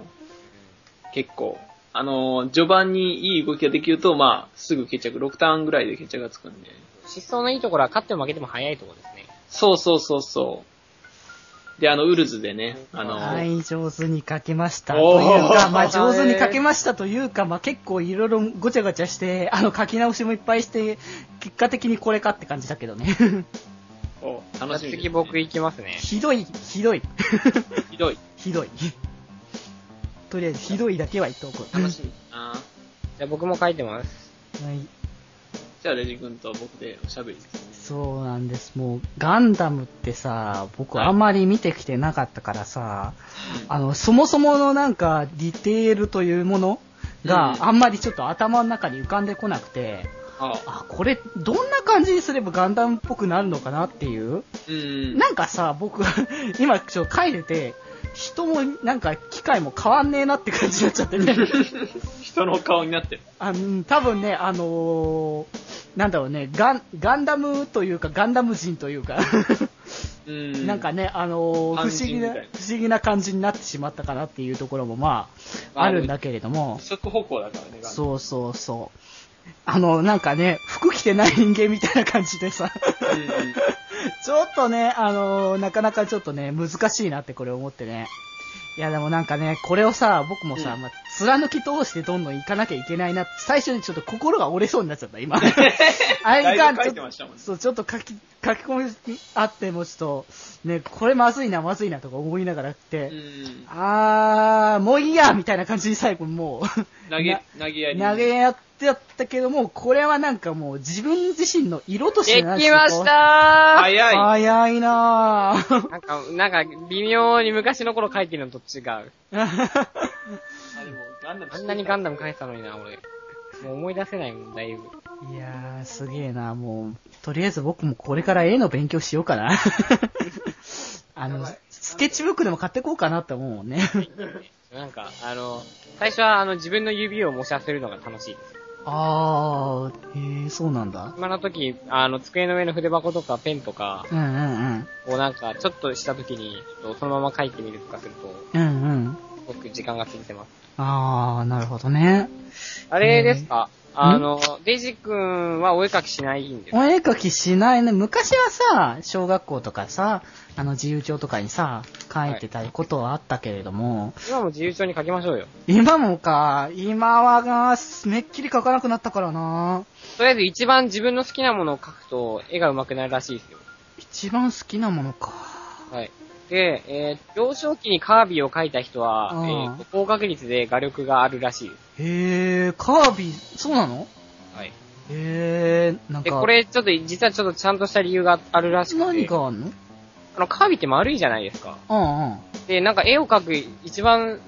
[SPEAKER 2] 結構。あのー、序盤にいい動きができると、まあ、すぐ決着、6ターンぐらいで決着がつくんで。
[SPEAKER 3] 失踪のいいところは勝っても負けても早いところですね。
[SPEAKER 2] そうそうそうそう。で、あの、ウルズでね、あのー、
[SPEAKER 1] はい、上手に書けました。
[SPEAKER 2] お
[SPEAKER 1] と
[SPEAKER 2] ー
[SPEAKER 1] いうか、まあ、上手に書けましたというか、まあ、結構いろいろごちゃごちゃして、あの、書き直しもいっぱいして、結果的にこれかって感じだけどね。 (laughs)
[SPEAKER 2] お
[SPEAKER 3] じゃあ
[SPEAKER 2] 楽しみ、
[SPEAKER 3] 次僕、行きますね。
[SPEAKER 1] ひどい、ひどい。 (laughs)
[SPEAKER 2] ひどい。
[SPEAKER 1] ひどい。とりあえず、ひどいだけは言っておこう。
[SPEAKER 2] 楽しみだな。
[SPEAKER 3] じゃあ僕も書いてます。
[SPEAKER 1] はい。
[SPEAKER 2] じゃあ、レジ君と僕でおしゃべりですね。
[SPEAKER 1] そうなんです。もう、ガンダムってさ、僕あんまり見てきてなかったからさ、あの、そもそものなんか、ディテールというもの
[SPEAKER 2] う
[SPEAKER 1] が
[SPEAKER 2] ん
[SPEAKER 1] あんまりちょっと頭の中に浮かんでこなくて、
[SPEAKER 2] あ
[SPEAKER 1] あ、これ、どんな感じにすればガンダムっぽくなるのかなっていう。
[SPEAKER 2] うん。
[SPEAKER 1] なんかさ、僕、 (laughs) 今ちょっと書いてて、人もなんか機械も変わんねえなって感じになっちゃって
[SPEAKER 2] (laughs)
[SPEAKER 1] ね。
[SPEAKER 2] 人の顔になってる。
[SPEAKER 1] あの多分ね、あのーなんだろうねガン、ガンダムというか、ガンダム人という
[SPEAKER 2] (laughs)
[SPEAKER 1] か、
[SPEAKER 2] うん。
[SPEAKER 1] なんかね、あのー
[SPEAKER 2] 肝
[SPEAKER 1] 不思
[SPEAKER 2] 心
[SPEAKER 1] 議
[SPEAKER 2] み
[SPEAKER 1] な、
[SPEAKER 2] たい
[SPEAKER 1] 不
[SPEAKER 2] な
[SPEAKER 1] 思議な感じになってしまったかなっていうところも、まあ、
[SPEAKER 2] まあ
[SPEAKER 1] あるんだけれども
[SPEAKER 2] 二、足歩行だからね、う。
[SPEAKER 1] そうそうそう。あの、なんかね、服着てない人間みたいな感じでさ、
[SPEAKER 2] うん。
[SPEAKER 1] (laughs) ちょっとね、あのーなかなかちょっとね、難しいなってこれ思ってね。いやでもなんかね、これをさ、僕もさ、
[SPEAKER 2] うん
[SPEAKER 1] まあ、貫き通してどんどん行かなきゃいけないなって、最初にちょっと心が折れそうになっちゃった、
[SPEAKER 2] (laughs)
[SPEAKER 1] 今。あれ
[SPEAKER 2] だいぶ
[SPEAKER 1] が、ち
[SPEAKER 2] 書
[SPEAKER 1] ょ
[SPEAKER 2] い
[SPEAKER 1] ってと
[SPEAKER 2] ま、したもんね。
[SPEAKER 1] そう、ちょっと書き、書き込みあってもちょっと、ね、これまずいな、まずいなとか思いながらって、
[SPEAKER 2] うん。
[SPEAKER 1] あー、もういいやみたいな感じに最後もう、
[SPEAKER 2] 投げ、投げやり。
[SPEAKER 1] 投げ合ってやったけども、これはなんかもう自分自身の色として
[SPEAKER 3] でき
[SPEAKER 1] な
[SPEAKER 3] ま
[SPEAKER 1] ん
[SPEAKER 3] し
[SPEAKER 1] こう
[SPEAKER 3] たー
[SPEAKER 2] 早い。
[SPEAKER 1] 早いなぁ。
[SPEAKER 3] なんか、なんか、微妙に昔の頃書いてるのと違う。
[SPEAKER 2] あでもガンダム
[SPEAKER 3] あんなにガンダム書いてたのにな、俺。もう思い出せないもん、だいぶ。
[SPEAKER 1] いやー、すげえな、もう。とりあえず僕もこれから絵の勉強しよう
[SPEAKER 3] (laughs)
[SPEAKER 1] かな。あ
[SPEAKER 2] や
[SPEAKER 1] の
[SPEAKER 2] ばい、
[SPEAKER 1] スケッチブックでも買ってこうかなって思うもんね。
[SPEAKER 3] なんか、あの、最初はあの自分の指を模写するのが楽しいです。
[SPEAKER 1] あー、へえ、そうなんだ。
[SPEAKER 3] 暇な時、あの、机の上の筆箱とかペンとか、
[SPEAKER 1] うんうん
[SPEAKER 3] をなんか、ちょっとした時に、ちょっとそのまま書いてみるとかすると、
[SPEAKER 1] うん。うんうん。
[SPEAKER 3] すごく時間が過ぎてます。
[SPEAKER 1] あー、なるほどね。
[SPEAKER 3] あれですかあの、デイジ君はお絵描きしないんですか
[SPEAKER 1] お絵描きしないね。昔はさ、小学校とかさ、あの自由帳とかにさ、書いてたことはあったけれども、
[SPEAKER 3] 今も自由帳に書きましょうよ。
[SPEAKER 1] 今もか、今はが、めっきり書かなくなったからな
[SPEAKER 3] とりあえず一番自分の好きなものを書くと、絵が上手くなるらしいですよ。
[SPEAKER 1] 一番好きなものか。
[SPEAKER 3] はい。で、えー幼少期にカービィを描いた人は、
[SPEAKER 1] うん
[SPEAKER 3] えー高確率で画力があるらしいです。
[SPEAKER 1] へえ、カービィ、そうなの
[SPEAKER 3] はい。
[SPEAKER 1] へえ、なん
[SPEAKER 3] で、
[SPEAKER 1] か、
[SPEAKER 3] これちょっと、実はちょっとちゃんとした理由があるらしくて。
[SPEAKER 1] 何があんの
[SPEAKER 3] あの、カービィって丸いじゃないですか。
[SPEAKER 1] うんうん。
[SPEAKER 3] で、なんか絵を描く一番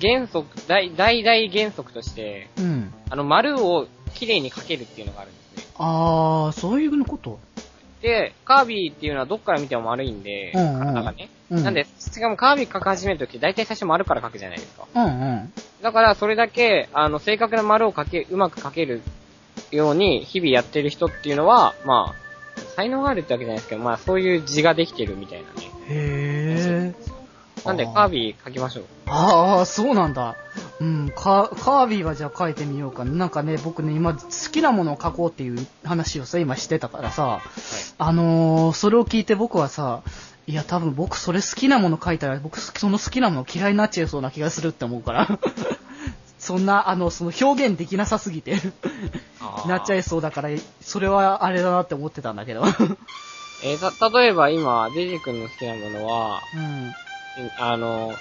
[SPEAKER 3] 原則、大、大大原則として、
[SPEAKER 1] うん。
[SPEAKER 3] あの、丸を綺麗に描けるっていうのがあるんですね。
[SPEAKER 1] あー、そういうこと
[SPEAKER 3] で、カービィっていうのはどっから見ても丸いんで、
[SPEAKER 1] うんうん
[SPEAKER 3] 体がね。
[SPEAKER 1] うん
[SPEAKER 3] なんで、しかもカービィ描き始めるときって大体最初丸から描くじゃないですか。
[SPEAKER 1] うんうん。
[SPEAKER 3] だから、それだけ、あの、正確な丸を描け、うまく描けるように日々やってる人っていうのは、まあ、才能があるってわけじゃないですけど、まあ、そういう字ができてるみたいなね。
[SPEAKER 1] へえ。
[SPEAKER 3] なんで、
[SPEAKER 1] あー
[SPEAKER 3] カービィ描きましょう。
[SPEAKER 1] ああ、そうなんだ。うん、カカービィはじゃあ書いてみようかな。なんかね、僕ね、今、好きなものを書こうっていう話をさ、今してたからさ、あのー、それを聞いて僕はさ、いや、多分僕それ好きなもの書いたら、僕その好きなもの嫌いになっちゃいそうな気がするって思うから。 (laughs) そんな、あの、その表現できなさすぎて、なっちゃ
[SPEAKER 3] い
[SPEAKER 1] いそうだから、それはあれだなって思ってたんだけど。 (laughs)
[SPEAKER 3] えーた、例えば今、デジ君の好きなものは、
[SPEAKER 1] うん、
[SPEAKER 3] あの、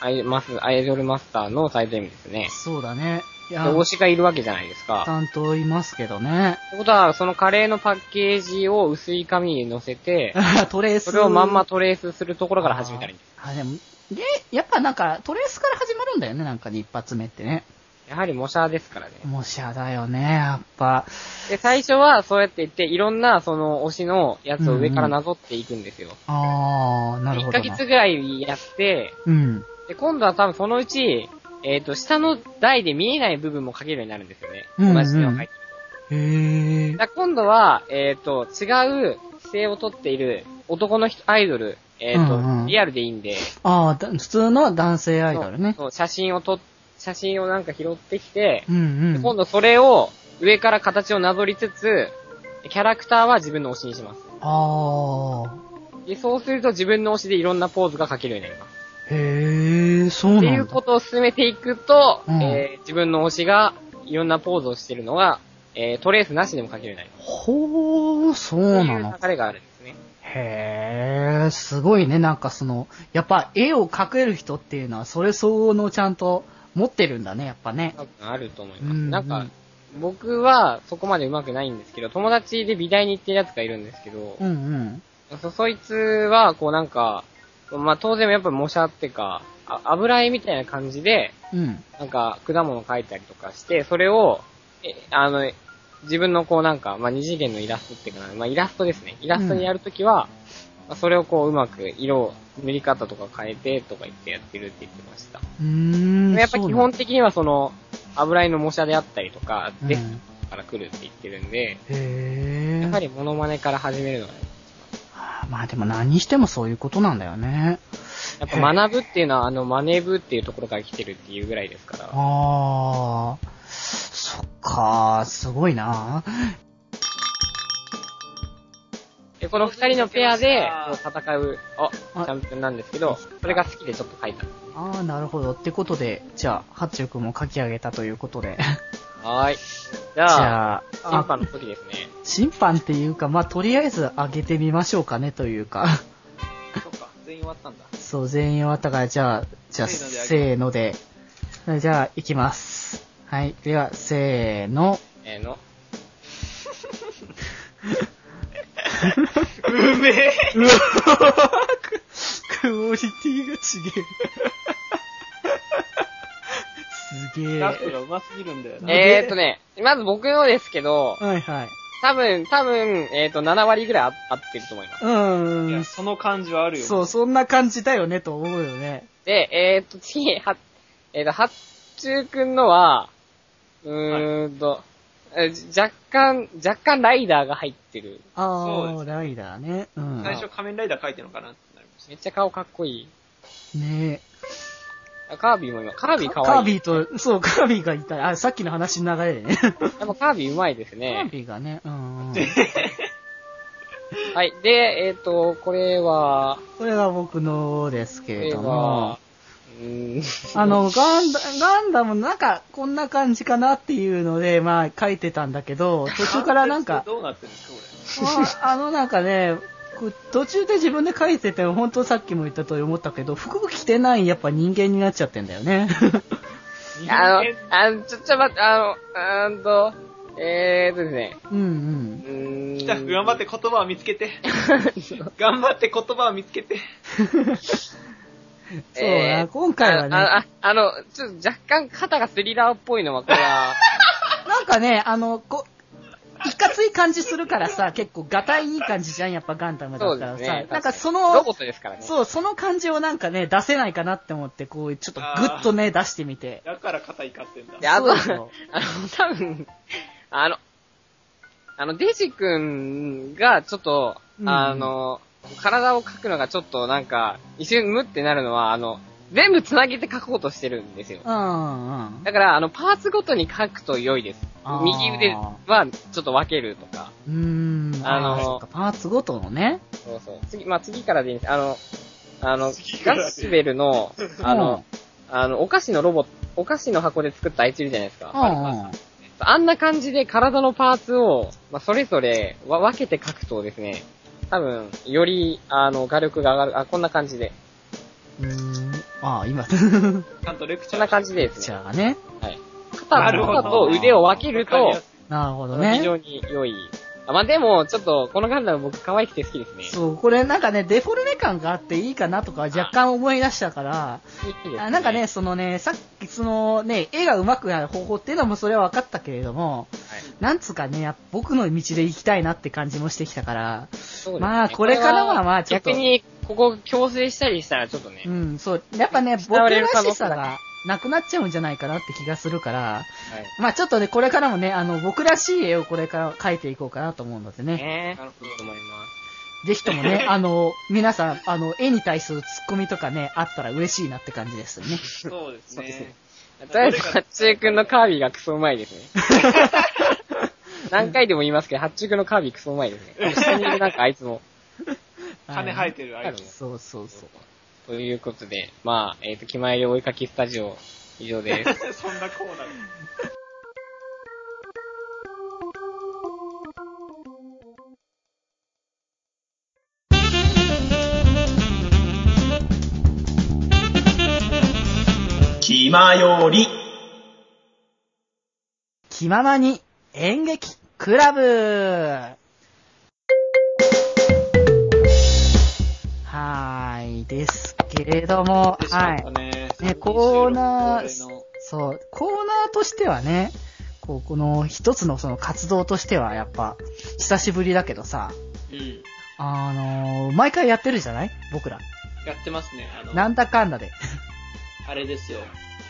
[SPEAKER 3] アイマス、アイドルマスターのサイド M ですね。
[SPEAKER 1] そうだね。い
[SPEAKER 3] で
[SPEAKER 1] や、
[SPEAKER 3] 推しがいるわけじゃないですか。
[SPEAKER 1] 担当いますけどね。 (laughs)
[SPEAKER 3] ってことは、そのカレーのパッケージを薄い紙に乗せて、
[SPEAKER 1] トレース。
[SPEAKER 3] それをまんまトレースするところから始めたらいいんです。
[SPEAKER 1] あーあ、でも、で、やっぱなんか、トレースから始まるんだよね、なんかね、一発目ってね。
[SPEAKER 3] やはり模写ですからね。
[SPEAKER 1] もしゃだよね、やっぱ。
[SPEAKER 3] で、最初はそうやって言って、いろんなその推しのやつを上からなぞっていくんですよ。
[SPEAKER 1] あー、なる
[SPEAKER 3] 1
[SPEAKER 1] ほ
[SPEAKER 3] ヶ
[SPEAKER 1] どな。
[SPEAKER 3] 月ぐらいやって、
[SPEAKER 1] うん。
[SPEAKER 3] で、今度は多分そのうち、えっ、と、下の台で見えない部分も描けるようになるんですよね。
[SPEAKER 1] うんうん
[SPEAKER 3] 同じのを描いてる
[SPEAKER 1] へー
[SPEAKER 3] と。。だから今度は、えっ、と、違う姿勢をとっている男の人アイドル、えっ、と、
[SPEAKER 1] うんうん
[SPEAKER 3] リアルでいいんで、
[SPEAKER 1] あーだ、普通の男性アイドルね。
[SPEAKER 3] そう、写真を撮っ、写真をなんか拾ってきて、
[SPEAKER 1] うんう
[SPEAKER 3] で
[SPEAKER 1] ん。
[SPEAKER 3] 今度それを上から形をなぞりつつ、キャラクターは自分の推しにします。
[SPEAKER 1] あ
[SPEAKER 3] で、そうすると自分の推しでいろんなポーズが書けるようになります。
[SPEAKER 1] ー。へー、そう
[SPEAKER 3] ってい
[SPEAKER 1] なん
[SPEAKER 3] う
[SPEAKER 1] だ。
[SPEAKER 3] ことを進めていくと、
[SPEAKER 1] うん
[SPEAKER 3] えー自分の推しがいろんなポーズをしてるのが、えートレースなしでも書けるようになります。
[SPEAKER 1] ほー、そう
[SPEAKER 3] そう
[SPEAKER 1] な
[SPEAKER 3] いう
[SPEAKER 1] の。
[SPEAKER 3] 流れがあるんですね。
[SPEAKER 1] へー、すごいね、なんかその、やっぱ絵を描ける人っていうのは、それ相応のちゃんと持ってるんだね、やっぱね。
[SPEAKER 3] 多分あると思います。
[SPEAKER 1] うんうん
[SPEAKER 3] なんか、僕はそこまで上手くないんですけど、友達で美大に行ってるやつがいるんですけど、
[SPEAKER 1] うんうん。
[SPEAKER 3] そそいつは、こうなんか、まあ当然やっぱ模写ってか、あ油絵みたいな感じで、
[SPEAKER 1] うん。
[SPEAKER 3] なんか果物描いたりとかして、それを、えあの、自分のこうなんか、まあ二次元のイラストっていうかな、まあイラストですね。イラストにやるときは、まあそれをこううまく色を、塗り方とか変えてとか言ってやってるって言ってました。
[SPEAKER 1] うーん。
[SPEAKER 3] やっぱ
[SPEAKER 1] そう
[SPEAKER 3] 基
[SPEAKER 1] なん
[SPEAKER 3] 本
[SPEAKER 1] だ
[SPEAKER 3] 的にはその、油絵の模写であったりとか、
[SPEAKER 1] うん
[SPEAKER 3] デッサンから来るって言ってるん
[SPEAKER 1] へ
[SPEAKER 3] で、
[SPEAKER 1] え。
[SPEAKER 3] やはりモノマネから始めるのが、
[SPEAKER 1] まあでも何にしてもそういうことなんだよね。
[SPEAKER 3] やっぱ学ぶっていうのは、あの、マネブっていうところから来てるっていうぐらいですから。
[SPEAKER 1] ああ、そっか、すごいな。
[SPEAKER 3] で、この二人のペアで
[SPEAKER 2] あ、
[SPEAKER 3] こう戦う、あ、
[SPEAKER 1] あ
[SPEAKER 3] チャンピオンなんですけど、それが好きでちょっと書いた。
[SPEAKER 1] ああ、なるほど。ってことで、じゃあ、ハッチュー君も書き上げたということで。
[SPEAKER 3] はーい。じ
[SPEAKER 1] じ
[SPEAKER 3] ゃあ、
[SPEAKER 1] ゃあ、
[SPEAKER 3] 審判の時ですね。
[SPEAKER 1] 審判っていうか、まあとりあえず上げてみましょうかねというか。
[SPEAKER 2] そっか、全員終わったんだ。
[SPEAKER 1] そう、全員終わったから、じゃあ、じゃあ、せ
[SPEAKER 2] せ
[SPEAKER 1] ーので。じゃあ、いきます。はい。では、せーの。
[SPEAKER 3] えーの。
[SPEAKER 2] うめえ
[SPEAKER 1] うわククオリティが違え。すげえ。
[SPEAKER 2] ラップが上手すぎるんだよな。
[SPEAKER 1] え
[SPEAKER 3] えーっとね、まず僕のですけど、
[SPEAKER 1] はいはい。
[SPEAKER 3] 多分、多分、えーっと、7割ぐらいあ合ってると思います。
[SPEAKER 1] う
[SPEAKER 2] い
[SPEAKER 1] ー
[SPEAKER 2] や、
[SPEAKER 1] ん。
[SPEAKER 2] その感じはあるよ。
[SPEAKER 1] そう、そんな感じだよねと思うよね。
[SPEAKER 3] で、えーっと、次、は、えーっと、はっちゅうくんのは、うーんと、えじ若干、若干ライダーが入ってる。
[SPEAKER 2] そう
[SPEAKER 1] あ
[SPEAKER 2] です
[SPEAKER 1] あ、ライダーね。うん。
[SPEAKER 2] 最初仮面ライダー書いてるのかなってなりまし
[SPEAKER 3] めっちゃ顔かっこいい。
[SPEAKER 1] ね
[SPEAKER 3] あカービィも今、カービィ
[SPEAKER 1] カ
[SPEAKER 3] かわ
[SPEAKER 1] ー
[SPEAKER 3] いい。
[SPEAKER 1] ビィと、そう、カービィがいた。あ、さっきの話の流れでね。カ
[SPEAKER 3] やっぱカービィうまいです
[SPEAKER 1] ー
[SPEAKER 3] ね。
[SPEAKER 1] ビィがね、うんうん。
[SPEAKER 3] はい。で、えっ、と、これは、
[SPEAKER 1] これが僕のですけ
[SPEAKER 3] こ
[SPEAKER 1] れ
[SPEAKER 3] れ
[SPEAKER 1] ども
[SPEAKER 3] は。、うーん。
[SPEAKER 1] あの、ガンダ、ガンダムなんか、こんな感じかなっていうので、まあ、書いてたんだけ
[SPEAKER 3] (laughs)
[SPEAKER 1] ど、途
[SPEAKER 2] た。
[SPEAKER 1] 中からなんか、
[SPEAKER 2] どうなってるんですか、これ。
[SPEAKER 1] まあ、あのなんかね、く途中で自分で書いてて、本当さっきも言ったと思ったけど、服着てないやっぱ人間になっちゃってんだよね。 (laughs)
[SPEAKER 3] あの
[SPEAKER 2] 人、
[SPEAKER 3] あの、ちょ、ちょ、待って、あの、うーんと、えーとですね、
[SPEAKER 1] うんう。
[SPEAKER 3] うんーん。
[SPEAKER 2] 間スタッフ頑張って言葉を見つ
[SPEAKER 3] (laughs)
[SPEAKER 2] けて。
[SPEAKER 1] (laughs)
[SPEAKER 2] 頑張って言葉を見つけて。
[SPEAKER 1] そうだな今回はね
[SPEAKER 3] あああの、ちょっと若干肩がスリラーっぽいのは、これ
[SPEAKER 1] (laughs)
[SPEAKER 3] は、
[SPEAKER 1] なんかね、あの、こう、いかつい感じするからさ、結構ガタイいい感じじゃん、やっぱガンダムだったら
[SPEAKER 3] そう
[SPEAKER 1] さ。
[SPEAKER 3] ですね
[SPEAKER 1] なんかそ
[SPEAKER 3] ロ
[SPEAKER 1] の
[SPEAKER 3] ボ、ットですからね。
[SPEAKER 1] そう、その感じをなんかね、出せないかなって思って、こう、ちょっとグッとね、出してみて。
[SPEAKER 2] だから肩怒ってんだ。
[SPEAKER 3] で、あとは、
[SPEAKER 1] そうそう
[SPEAKER 3] あの、多分、あの、あの、デジ君がちょっと、
[SPEAKER 1] うん
[SPEAKER 3] あの、体を描くのがちょっとなんか、一瞬ムってなるのは、あの、全部繋げて描こうとしてるんですよ。
[SPEAKER 1] うんうん。
[SPEAKER 3] だから、あの、パーツごとに描くと良いです
[SPEAKER 1] あ。ー
[SPEAKER 3] 右腕はちょっと分けるとか。
[SPEAKER 1] うーん。
[SPEAKER 3] あの
[SPEAKER 1] あーそっかパーツごとのね。
[SPEAKER 3] そうそう。次、まあ、次からでいいんです。あの、あの、
[SPEAKER 2] 次からで
[SPEAKER 3] ガスベルの、あ
[SPEAKER 1] う
[SPEAKER 3] の
[SPEAKER 1] ん、
[SPEAKER 3] あの、お菓子のロボット、お菓子の箱で作ったあいついるじゃないです
[SPEAKER 1] う
[SPEAKER 3] か。
[SPEAKER 1] んうん。
[SPEAKER 3] あんな感じで体のパーツを、まあ、それぞれわ分けて書くとですね、多分、より、あの、画力が上がる。あ、こんな感じで。
[SPEAKER 1] うーん。ああ、今、 (laughs)
[SPEAKER 2] ちゃんとレク
[SPEAKER 3] こ
[SPEAKER 2] チ
[SPEAKER 3] んな
[SPEAKER 2] ャーして。
[SPEAKER 3] 感じでです
[SPEAKER 1] じ
[SPEAKER 3] ね。
[SPEAKER 1] ゃあね。
[SPEAKER 3] はい。
[SPEAKER 1] な
[SPEAKER 3] 肩
[SPEAKER 1] るほど
[SPEAKER 3] 肩と腕を分ける
[SPEAKER 2] わかりや
[SPEAKER 3] と
[SPEAKER 2] す、
[SPEAKER 1] なるほど
[SPEAKER 3] 非
[SPEAKER 1] ね。
[SPEAKER 3] 常に良い。あまあ、でも、ちょっと、このガンダム僕可愛くて好きですね。
[SPEAKER 1] そう、これなんかね、デフォルメ感があっていいかなとか若干思い出したから、
[SPEAKER 3] 好きです
[SPEAKER 1] あなんかね、、そのね、さっきそのね、絵が上手くなる方法っていうのもそれは分かったけれども、
[SPEAKER 3] はい
[SPEAKER 1] なんつうかね、やっぱ僕の道で行きたいなって感じもしてきたから、
[SPEAKER 3] そうですね
[SPEAKER 1] まあこれからはまあちょっと
[SPEAKER 3] 逆に、ここ強制したりしたらちょっとね
[SPEAKER 1] う、ん、そう、やっぱ
[SPEAKER 2] (laughs)
[SPEAKER 1] ね、僕
[SPEAKER 3] 伝われる
[SPEAKER 1] ら
[SPEAKER 3] 可能
[SPEAKER 1] し
[SPEAKER 3] 性
[SPEAKER 1] さ
[SPEAKER 3] が
[SPEAKER 1] がなくなっちゃうんじゃないかなって気がするから、
[SPEAKER 3] はい
[SPEAKER 1] まあちょっとね、これからもね、あの、僕らしい絵をこれから描いていこうかなと思うのでね。
[SPEAKER 2] (laughs)
[SPEAKER 3] ね
[SPEAKER 2] なるほど
[SPEAKER 3] いいと思いま
[SPEAKER 1] ぜひともね、あの、皆さん、あの、絵に対するツッコミとかね、あったら嬉しいなって感じですよね。
[SPEAKER 2] そうです
[SPEAKER 3] そうです
[SPEAKER 2] ね
[SPEAKER 3] ね。す。とりあえず、
[SPEAKER 2] どれ
[SPEAKER 3] ハ
[SPEAKER 2] が
[SPEAKER 3] ッチュー君のカービィがクソうまいです
[SPEAKER 1] (laughs)
[SPEAKER 3] ね。何回でも言いますけど、ハッチュー君のカービィクソうまいですね。一緒にいるなんかあいつも。
[SPEAKER 2] (laughs) 金生え
[SPEAKER 1] て
[SPEAKER 2] てるアイドル。
[SPEAKER 1] そうそうそう。
[SPEAKER 3] ということで、まあ、えっ、と、気前で追いかきスタジオ、以上です。
[SPEAKER 2] (laughs) そんなコーナー。
[SPEAKER 5] 気まより。
[SPEAKER 1] 気ままに演劇クラブはーい、ですけれども
[SPEAKER 2] 出て、しま
[SPEAKER 1] は
[SPEAKER 2] った
[SPEAKER 1] い。
[SPEAKER 2] ね。
[SPEAKER 1] ねコーナー
[SPEAKER 2] 収録恒例の
[SPEAKER 1] そう、コーナーとしてはね、こう、この一つのその活動としてはやっぱ、久しぶりだけどさ、
[SPEAKER 2] うん。
[SPEAKER 1] あのー、毎回やってるじゃない僕ら。
[SPEAKER 2] やってますね。あの、
[SPEAKER 1] なんだかんだで。
[SPEAKER 2] あれですよ。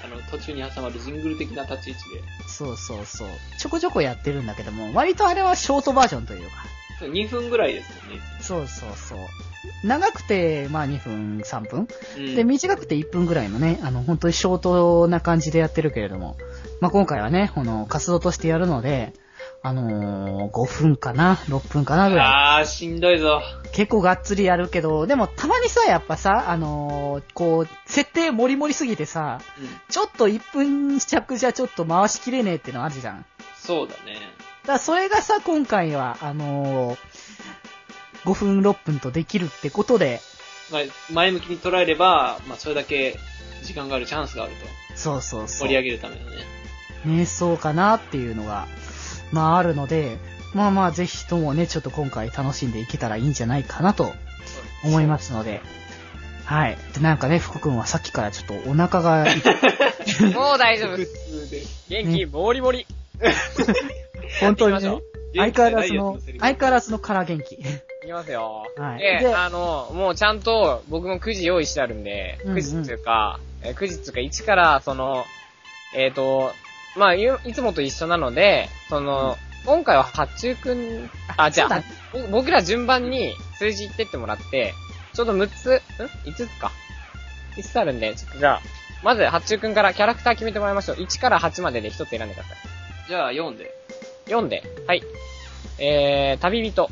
[SPEAKER 2] あの、途中に挟まるジングル的な立ち位置
[SPEAKER 1] そうそうそう。ちょこちょこやってるんだけども、割とあれはショートバージョンというか。
[SPEAKER 2] で。2分ぐらいですよね。
[SPEAKER 1] そうそうそう。長くて、まあ2分、3分。
[SPEAKER 2] うん
[SPEAKER 1] で、短くて1分ぐらいのね、あの、本当にショートな感じでやってるけれども、まあ今回はね、この活動としてやるので、あのー、5分かな、6分かなぐら
[SPEAKER 2] あー、しんどいぞ。
[SPEAKER 1] い。結構がっつりやるけど、でもたまにさ、やっぱさ、あのー、こう、設定盛り盛りすぎてさ、
[SPEAKER 2] うん。
[SPEAKER 1] ちょっと1分着じゃちょっと回しきれねえってのあるじゃん。
[SPEAKER 2] そうだね。
[SPEAKER 1] だからそれがさ、今回は、あのー、5分6分とできるってことで、
[SPEAKER 2] まあ、前向きに捉えれば、まあ、それだけ時間がある、チャンスがある
[SPEAKER 1] そうそう
[SPEAKER 2] と。
[SPEAKER 1] そ
[SPEAKER 2] 盛
[SPEAKER 1] う
[SPEAKER 2] り。上げるためのね。
[SPEAKER 1] ね、そうかなっていうのが、まああるので、まあまあぜひともね、ちょっと今回楽しんでいけたらいいんじゃないかなと思いますので。はい。で、なんかね、福君はさっきからちょっとお腹が痛い、
[SPEAKER 3] もう大丈夫
[SPEAKER 2] 普
[SPEAKER 3] です。
[SPEAKER 2] 通で。
[SPEAKER 3] 元気、ボリボリ。
[SPEAKER 1] 本当に
[SPEAKER 3] 行きましょ
[SPEAKER 1] ね
[SPEAKER 3] う、
[SPEAKER 1] 相変わらずの
[SPEAKER 2] 元気じ、ゃないやつのセリフ
[SPEAKER 1] 相変わらずの空元気。
[SPEAKER 3] いきますよ。
[SPEAKER 1] はいで
[SPEAKER 3] で、あの、もうちゃんと僕も9時用意してあるんで、
[SPEAKER 1] うんうん
[SPEAKER 3] 9時っていうか、えー9時っていうか1から、その、えっ、と、まあ、ゆいつもと一緒なので、その、今回は八中くん、あ、じゃ
[SPEAKER 1] そう
[SPEAKER 3] あ、ぼ僕ら順番に数字言ってってもらって、ちょうど6つ、ん ?5 つか。5つあるんで、ちょっとじゃあ、まず八中くんからキャラクター決めてもらいましょう。1から8までで1つ選んでください。
[SPEAKER 2] じゃあ、読んで。
[SPEAKER 3] 読んで、はい。えー、旅人。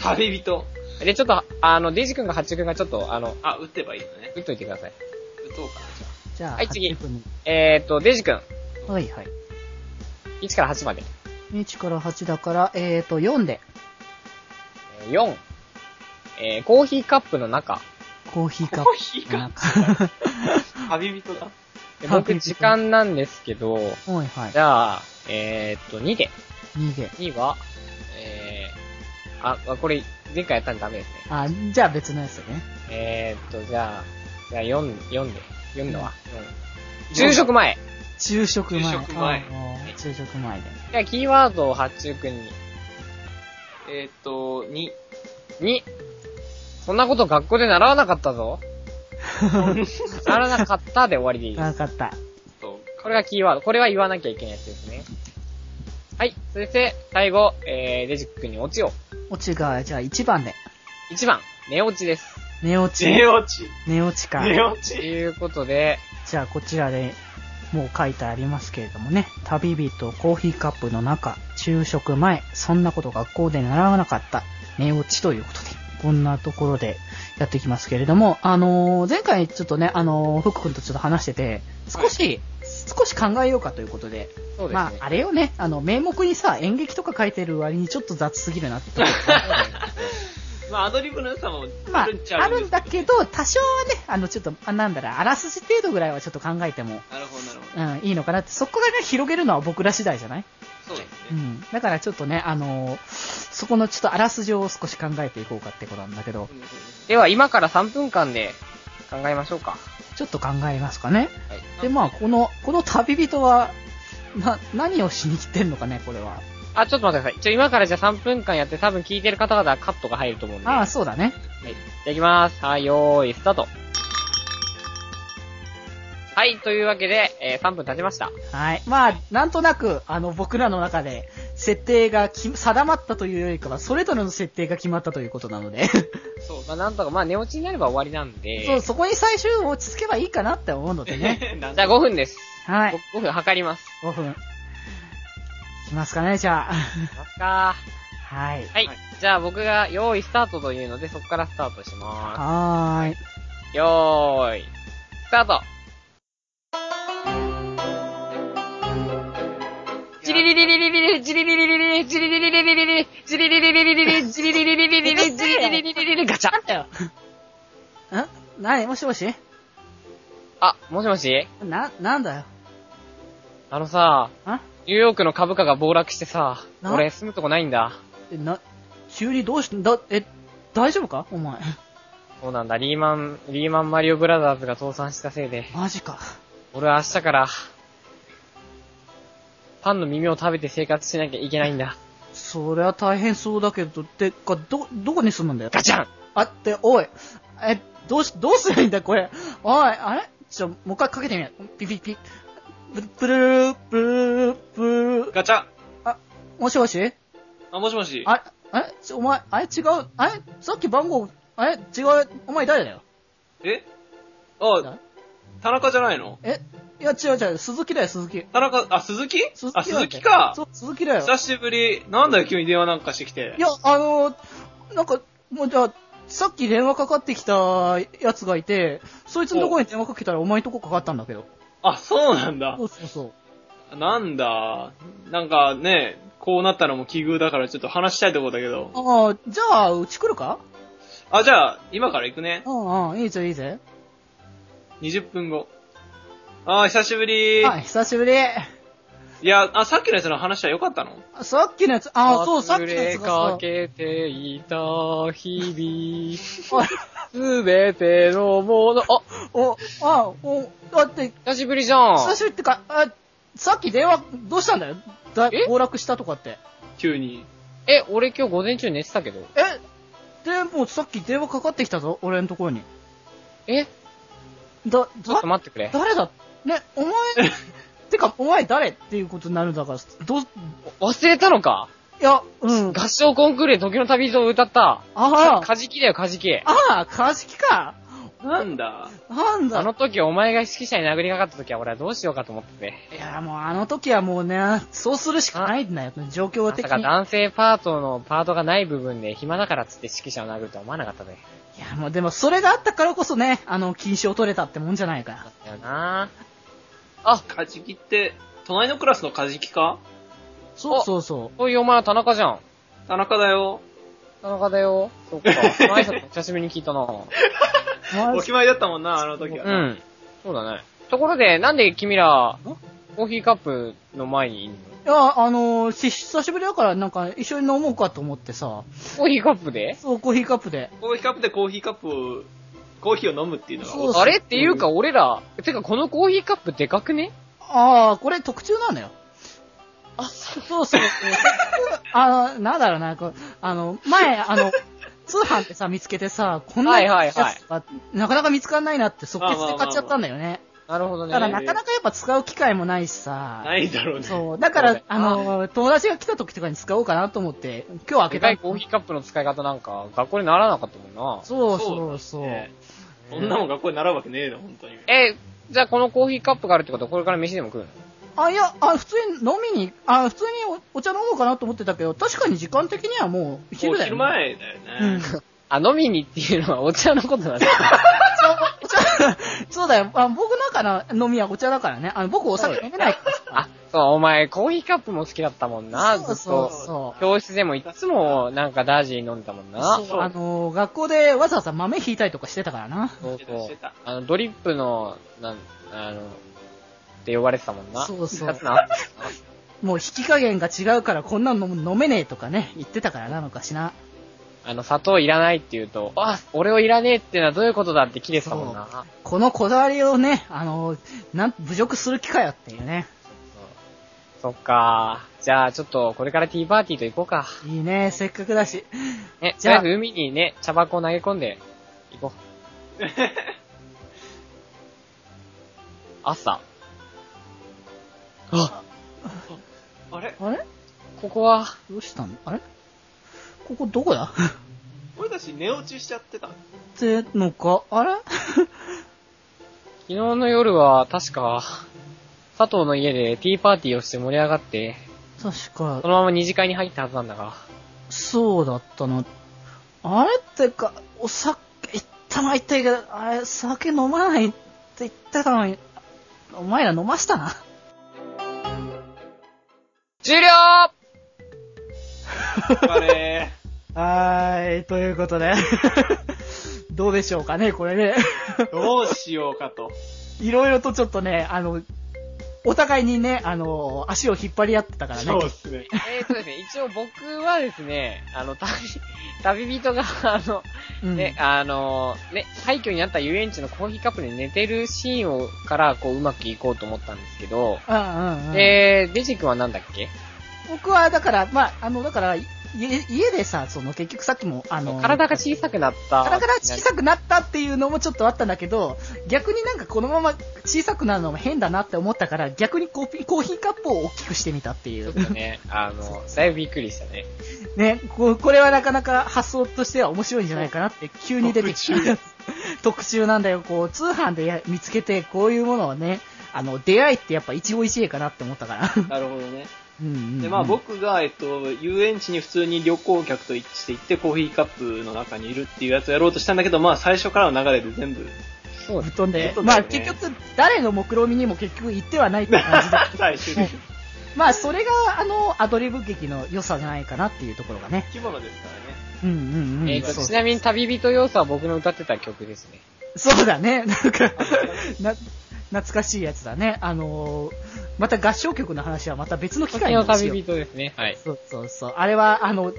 [SPEAKER 2] 旅人。
[SPEAKER 3] で、ちょっと、あの、デイジ君が八中君がちょっと、あの、
[SPEAKER 2] あ、打ってばいいのね。
[SPEAKER 3] 打っといてください。
[SPEAKER 2] 打とうかな、じゃ
[SPEAKER 1] (laughs) じゃあ、
[SPEAKER 3] はい次
[SPEAKER 1] 8分
[SPEAKER 3] えーっと、デイジ君、
[SPEAKER 1] の。はいはい。
[SPEAKER 3] 1から8まで。
[SPEAKER 1] 1から8だから、えーと、4で、
[SPEAKER 3] えー4、えー、コーヒーカップの中。
[SPEAKER 1] コーヒーカ
[SPEAKER 2] (laughs) あ。
[SPEAKER 1] ッ
[SPEAKER 2] コーヒー
[SPEAKER 1] プの
[SPEAKER 2] か。
[SPEAKER 1] 中。 (laughs)
[SPEAKER 2] 旅人だ。
[SPEAKER 1] あデ
[SPEAKER 3] で僕、
[SPEAKER 1] イジ
[SPEAKER 3] 時
[SPEAKER 1] 君
[SPEAKER 3] 間なんですけど、
[SPEAKER 1] はいはい
[SPEAKER 3] じ。ゃあ、えーっと、2で。
[SPEAKER 1] 2で。
[SPEAKER 3] 2は、えー、あ、あこれ、前回やったんでダメですね。
[SPEAKER 1] あ、じゃあ別のやつだね。
[SPEAKER 3] えーっと、じゃあ、じゃあ4、4で。読むのは。うん。昼食前。
[SPEAKER 1] 昼食前。
[SPEAKER 2] 昼食前
[SPEAKER 1] あの昼食前で。
[SPEAKER 3] じゃあ、キーワードを八中君に。
[SPEAKER 2] えーっと、に、
[SPEAKER 3] 2、そんなこと学校で習わなかっ
[SPEAKER 1] (laughs)
[SPEAKER 3] たぞ。習わなかったで終わりでいいで
[SPEAKER 1] わ
[SPEAKER 3] す。
[SPEAKER 1] かった。
[SPEAKER 2] と、
[SPEAKER 3] これがキーワード。これは言わなきゃいけないやつですね。はい。そして、最後、えー、デジ君に落ちを。
[SPEAKER 1] 落ちが、じゃあ1番で。
[SPEAKER 3] 1番、寝落ちです。
[SPEAKER 1] 寝落ち。
[SPEAKER 2] 寝落ち。
[SPEAKER 1] 寝落ちか。
[SPEAKER 2] 寝落
[SPEAKER 3] と
[SPEAKER 2] ち。
[SPEAKER 3] いうことで、
[SPEAKER 1] じゃあこちらでもう書いてありますけれどもね。旅人、コーヒーカップの中、昼食前、そんなこと学校で習わなかった、寝落ちということで。こんなところでやっていきますけれども、あのー前回ちょっとね、あのー福君とちょっと話してて、少し、少し考えようかということで、
[SPEAKER 3] そうです
[SPEAKER 1] ま
[SPEAKER 3] ね
[SPEAKER 1] あ、。あれよね、あの、名目にさ、演劇とか書いてる割にちょっと雑すぎるなってとこ
[SPEAKER 2] まあ、アドリブの良さも
[SPEAKER 1] ま
[SPEAKER 2] あ
[SPEAKER 1] あ
[SPEAKER 2] るんち、ゃう
[SPEAKER 1] あるんだけ
[SPEAKER 2] ど。
[SPEAKER 1] ど、多少はね、あの、ちょっと、あなんだろう、あらすじ程度ぐらいはちょっと考えても、
[SPEAKER 2] なるほど、なるほど。
[SPEAKER 1] うん、いいのかなって、そこから、ね、広げるのは僕ら次第じゃない
[SPEAKER 2] そうです
[SPEAKER 1] う
[SPEAKER 2] ね。
[SPEAKER 1] ん。だからちょっとね、あのーそこのちょっとあらすじを少し考えていこうかってことなんだけど、
[SPEAKER 2] うんうんうん
[SPEAKER 3] では、今から3分間で考えましょうか。
[SPEAKER 1] ちょっと考えますかね。
[SPEAKER 3] はい。
[SPEAKER 1] で、まあ、この、この旅人は、な、何をしに来てんのかね、これは。
[SPEAKER 3] あ、ちょっと待ってください。ちょ、今からじゃあ3分間やって多分聞いてる方々はカットが入ると思うんで。
[SPEAKER 1] ああ、そうだね。
[SPEAKER 3] はい。じゃあ行きます。はい、よーい、スタート。はい、というわけで、えー、3分経ちました。
[SPEAKER 1] はい。まあ、なんとなく、あの、僕らの中で、設定がき定まったというよりかは、それぞれの設定が決まったということなので、
[SPEAKER 2] そう
[SPEAKER 3] まあ、なんとか、まあ、寝落ちになれば終わりなんで。
[SPEAKER 1] (laughs) そう、そこに最終落ち着けばいいかなって思うので
[SPEAKER 2] (laughs)
[SPEAKER 1] ね。
[SPEAKER 2] ね。なん
[SPEAKER 3] じゃ
[SPEAKER 2] だ
[SPEAKER 3] あ5分です。
[SPEAKER 1] はい。
[SPEAKER 3] 5分測ります。
[SPEAKER 1] 5分。いきますかね、じゃあ。
[SPEAKER 3] ますか
[SPEAKER 1] はい。
[SPEAKER 3] はい。
[SPEAKER 2] はい
[SPEAKER 3] じゃあ僕が、用意スタートというので、そこからスタートしま
[SPEAKER 1] はーい。
[SPEAKER 3] す。よーい、スタートジリリリリリリリ、ジリリリリリリ、ジリリリリリリリ、ジリリリリリリリ、ジリリリリリリリ、ジリリリリリリリ、ガチャ
[SPEAKER 1] なんだよ。んなにもしもし
[SPEAKER 3] あ、もしもし
[SPEAKER 1] な、なんだよ。
[SPEAKER 3] あのさ、
[SPEAKER 1] あ
[SPEAKER 3] ニューヨークの株価が暴落してさ、
[SPEAKER 1] な
[SPEAKER 3] 俺住むとこないんだ。
[SPEAKER 1] えな、急にどうし、だ、え、大丈夫かお前。
[SPEAKER 3] そうなんだ、リーマン、リーマンマリオブラザーズが倒産したせいで、
[SPEAKER 1] (laughs) マジか。
[SPEAKER 3] 俺は明日から、パンの耳を食べて生活しなきゃいけないんだ。
[SPEAKER 1] そりゃ大変そうだけど、てか、ど、どこに住むんだよ。
[SPEAKER 3] ガチャン
[SPEAKER 1] あって、おい。え、どうし、どうすりゃいいんだ、これ。おい、あれちょ、もう一回かけてみよう。ピピピ。ブブルー、ブルー、ブルー。
[SPEAKER 2] ガチャ。
[SPEAKER 1] もしもし
[SPEAKER 2] あ、もしもし。
[SPEAKER 1] あれ、あれちょお前、あれ違う、あれさっき番号、あれ違う、お前誰だよ
[SPEAKER 2] えあ、田中じゃないの
[SPEAKER 1] えいや、違う違う、鈴木だよ、鈴木。
[SPEAKER 2] 田中、あ、鈴木
[SPEAKER 1] 鈴木
[SPEAKER 2] あ、
[SPEAKER 1] だよ
[SPEAKER 2] 鈴木か。
[SPEAKER 1] そう、鈴木だよ。
[SPEAKER 2] 久しぶり。なんだよ、急に電話なんかしてきて
[SPEAKER 1] い。や、あのー、なんか、もうじゃあ、さっき電話かかってきたやつがいて、そいつのところに電話かけたらお前のとこかかったんだけど。
[SPEAKER 2] あ、そうなんだ
[SPEAKER 1] そ。うそうそう。
[SPEAKER 2] なんだ。なんかね、こうなったのも奇遇だからちょっと話したいとこだけど。
[SPEAKER 1] ああ、じゃあ、うち来るか
[SPEAKER 2] あ、じゃあ、今から行くね。
[SPEAKER 1] うんうん、いいぜいいぜ。
[SPEAKER 2] 20分後。あー、久しぶり。
[SPEAKER 1] はい、久しぶり。
[SPEAKER 2] いや、あ、さっきのやつの話は良かったの
[SPEAKER 1] あさっきのやつ、ああ、そう、さっきのやつ
[SPEAKER 3] れ
[SPEAKER 1] がさ
[SPEAKER 3] かけていた日
[SPEAKER 1] おい
[SPEAKER 3] 々、すべてのもの、あ、
[SPEAKER 1] (laughs) お、あ、お、だって、
[SPEAKER 3] 久しぶりじゃん。
[SPEAKER 1] 久しぶりってか、あ、さっき電話、どうしたんだよだ
[SPEAKER 3] え
[SPEAKER 1] 暴落したとかって。
[SPEAKER 2] 急に。
[SPEAKER 3] え、俺今日午前中寝てたけど。
[SPEAKER 1] え、でもさっき電話かかってきたぞ、俺のところに。
[SPEAKER 3] え、
[SPEAKER 1] だ、
[SPEAKER 3] ちょっ
[SPEAKER 1] だ
[SPEAKER 3] と、待ってくれ。 (laughs)
[SPEAKER 1] 誰だね、お前、てか、お前誰っていうことになるんだから、どう、い
[SPEAKER 3] 忘れたのか
[SPEAKER 1] や、うん。
[SPEAKER 3] 合唱コンクールで時の旅人を歌った。
[SPEAKER 1] ああ、
[SPEAKER 3] カジキだよ、カジキ。
[SPEAKER 1] ああ、カジキか。
[SPEAKER 2] な
[SPEAKER 1] なん
[SPEAKER 2] だ。
[SPEAKER 1] なん
[SPEAKER 3] あ
[SPEAKER 1] だ。
[SPEAKER 3] の時お前が指揮者に殴りかかった時は俺はどうしようかと思ってて。
[SPEAKER 1] いや、もうあの時はもうね、そうするしかないんだよ。状況
[SPEAKER 3] まさ
[SPEAKER 1] 的
[SPEAKER 3] か
[SPEAKER 1] に。い
[SPEAKER 3] 男性パートのパートがない部分で暇だからっつって指揮者を殴るとは思わなかったぜ。
[SPEAKER 1] や、もうでもそれがあったからこそね、あの、金賞取れたってもんじゃないかよ。
[SPEAKER 3] だよな
[SPEAKER 2] カジキって、隣のクラスのカジキか
[SPEAKER 1] そうそうそ
[SPEAKER 3] そういうお前は田中じゃん。
[SPEAKER 2] 田中だよ。
[SPEAKER 3] 田中だよ。そっか。その挨拶久しぶりに聞いたな
[SPEAKER 1] う。まあ
[SPEAKER 2] お決まりだったもんな、あの時は
[SPEAKER 3] う
[SPEAKER 2] な。
[SPEAKER 3] ん。そうだね。ところで、なんで君ら、コーヒーカップの前にいんの
[SPEAKER 1] いや、あのー、し久しぶりだから、なんか、一緒に飲もうかと思ってさ、
[SPEAKER 3] コーヒーカップで
[SPEAKER 1] そう、コーヒーカップで。
[SPEAKER 2] コーヒーカップでコーヒーカップを、コーヒーを飲むっていうの
[SPEAKER 1] そう
[SPEAKER 2] が、
[SPEAKER 1] そう
[SPEAKER 3] あれっていうか俺ら、てかこのコーヒーカップでかくね
[SPEAKER 1] ああ、これ特注なのよ。あ、そうそう。 (laughs) あの、なんだろうな、こう、あの、前、あ (laughs) の、通販でさ、見つけてさ、こんな
[SPEAKER 3] はいはいはい
[SPEAKER 1] やつがなかなか見つからないなって即決で買っちゃったんだよね。
[SPEAKER 3] なるほ
[SPEAKER 1] だ
[SPEAKER 3] どね。
[SPEAKER 1] からなかなかやっぱ使う機会もないしさ。
[SPEAKER 2] ないだろうね。
[SPEAKER 1] そう。だか
[SPEAKER 3] そ
[SPEAKER 1] ら、
[SPEAKER 3] うだ
[SPEAKER 1] あ
[SPEAKER 3] よな
[SPEAKER 1] の、友達が来た時とかに使おうかなと思って、今日開
[SPEAKER 3] で
[SPEAKER 1] け
[SPEAKER 3] か
[SPEAKER 1] た
[SPEAKER 3] いコーヒーカップの使い方なんか、学校にならなかったもんな。
[SPEAKER 1] そうそうそう。
[SPEAKER 2] ねそんなもん学校に習うわけねえの、本当に。
[SPEAKER 3] え、じゃあこのコーヒーカップがあるってことはこれから飯でも食うの
[SPEAKER 1] あ、いや、あ、普通に飲みに、あ、普通におお茶飲もうかなと思ってたけど、確かに時間的にはもう昼だよ、ね。
[SPEAKER 2] 昼前だよ
[SPEAKER 1] う
[SPEAKER 2] ね
[SPEAKER 1] ん。。
[SPEAKER 3] あ、飲みにっていうのはお茶のこと
[SPEAKER 1] (laughs)
[SPEAKER 3] なんだ。
[SPEAKER 1] そうだよ。あ僕なんかの飲みはお茶だからね。あの僕お酒飲めないからさ。
[SPEAKER 3] あ、そう、お前コーヒーカップも好きだったもんな、
[SPEAKER 1] そ
[SPEAKER 3] ずっ
[SPEAKER 1] う
[SPEAKER 3] と。
[SPEAKER 1] そうそう。
[SPEAKER 3] 教室でもいつもなんかダージー飲んでたもんな。
[SPEAKER 1] そうあのー、学校でわざわざ豆引いたりとかしてたからな。
[SPEAKER 3] そう
[SPEAKER 2] してた
[SPEAKER 3] そ
[SPEAKER 2] して
[SPEAKER 3] う
[SPEAKER 2] た。
[SPEAKER 3] あの、ドリップの、なん、あの、って呼ばれてたもんな。
[SPEAKER 1] そうそう
[SPEAKER 3] 二つのあ
[SPEAKER 1] もう引き加減が違うからこんなの飲めねえとかね、言ってたからなのかしな。
[SPEAKER 3] あの、砂糖いらないって言うと、あ、俺をいらねえってのはどういうことだって切れてたもんな。
[SPEAKER 1] このこだわりをね、あのー、なん、侮辱する気かよっていうね。
[SPEAKER 3] そっかじゃあちょっとこれからティーパーティーと行こうか。
[SPEAKER 1] いいね、せっかくだし。
[SPEAKER 3] ね、
[SPEAKER 1] じゃあ
[SPEAKER 3] とりあえず海にね、茶箱を投げ込んで、行こう。朝。あ、
[SPEAKER 2] (laughs) あれ
[SPEAKER 1] あれ
[SPEAKER 3] ここは、
[SPEAKER 1] どうしたのあれここどこだ (laughs)
[SPEAKER 2] 俺たち寝落ちしちゃってた。
[SPEAKER 1] ってのか、あれ (laughs)
[SPEAKER 3] 昨日の夜は確か、佐藤の家でティーパーティーをして盛り上がって、
[SPEAKER 1] 確か
[SPEAKER 3] そ、のまま二次会に入ったはずなんだが、
[SPEAKER 1] そうだったな。あれってか、お酒、言ったま言ったけど、あれ、酒飲まないって言ってたのに、お前ら飲ましたな。
[SPEAKER 3] 終了
[SPEAKER 2] あ
[SPEAKER 1] (laughs)
[SPEAKER 2] れ
[SPEAKER 1] はーい、ということで。 (laughs) どうでしょうかね、これね。 (laughs)
[SPEAKER 2] どうしようかと。
[SPEAKER 1] いろいろとちょっとね、あの、お互いにね、あの、足を引っ張り合ってたからね。
[SPEAKER 2] そうですね。
[SPEAKER 3] えー、そうですね、一応僕はですね、あの、 (laughs) 旅、旅人が、あの、
[SPEAKER 1] うん
[SPEAKER 3] ね、あのね、廃墟にあった遊園地のコーヒーカップで寝てるシーンを、から、こう、うまくいこうと思ったんですけど、
[SPEAKER 1] うんうんうん。
[SPEAKER 3] えー、デジ君はなんだっけ
[SPEAKER 1] 僕は、だから、まあ、あの、だから、い家でさ、その、結局さっきも、あの、
[SPEAKER 3] 体が小さくなった。
[SPEAKER 1] 体が小さくなったっていうのもちょっとあったんだけど、逆になんかこのまま小さくなるのも変だなって思ったから、逆にコーヒーコーヒーカップを大きくしてみたってい
[SPEAKER 2] (laughs)
[SPEAKER 3] ちょ
[SPEAKER 1] う
[SPEAKER 3] っ。とね、あの、だいぶびっくりしたね。
[SPEAKER 1] ね、ここれはなかなか発想としては面白いんじゃないかなって急に出てきた
[SPEAKER 2] 特集。
[SPEAKER 1] (laughs) 特集なんだよ。こう、通販でや見つけて、こういうものをね、あの、出会いってやっぱ一期一会かなって思った
[SPEAKER 2] (laughs)
[SPEAKER 1] から。
[SPEAKER 2] なるほどね。
[SPEAKER 1] うんうんうん
[SPEAKER 2] で、まあ、僕が、えっと、遊園地に普通に旅行客として行って、コーヒーカップの中にいるっていうやつをやろうとしたんだけど、まあ、最初からの流れで
[SPEAKER 1] (laughs)
[SPEAKER 2] 全部、
[SPEAKER 3] そう
[SPEAKER 1] ぶっ飛んで
[SPEAKER 2] ぶっ飛んだよ。ね
[SPEAKER 1] まあ結局、誰の目論見みにも結局行ってはないって感
[SPEAKER 2] (laughs)
[SPEAKER 1] じで。
[SPEAKER 2] 最終的に
[SPEAKER 1] まあそれが、あの、アドリブ劇の良さじゃないかなっていうところがね。
[SPEAKER 2] 規模のですからね。
[SPEAKER 1] (laughs) うんうんうん。
[SPEAKER 3] えーと、
[SPEAKER 1] そう
[SPEAKER 3] ちなみに旅人要素は僕の歌ってた曲ですね。
[SPEAKER 1] そうだね。なんか、な、懐かしいやつだね。あのーまた合唱曲の話はまた別の機
[SPEAKER 3] 時
[SPEAKER 1] 会
[SPEAKER 3] の
[SPEAKER 1] にしよう
[SPEAKER 3] 旅人ですね。はい。
[SPEAKER 1] そうそうそう。あれは、あの、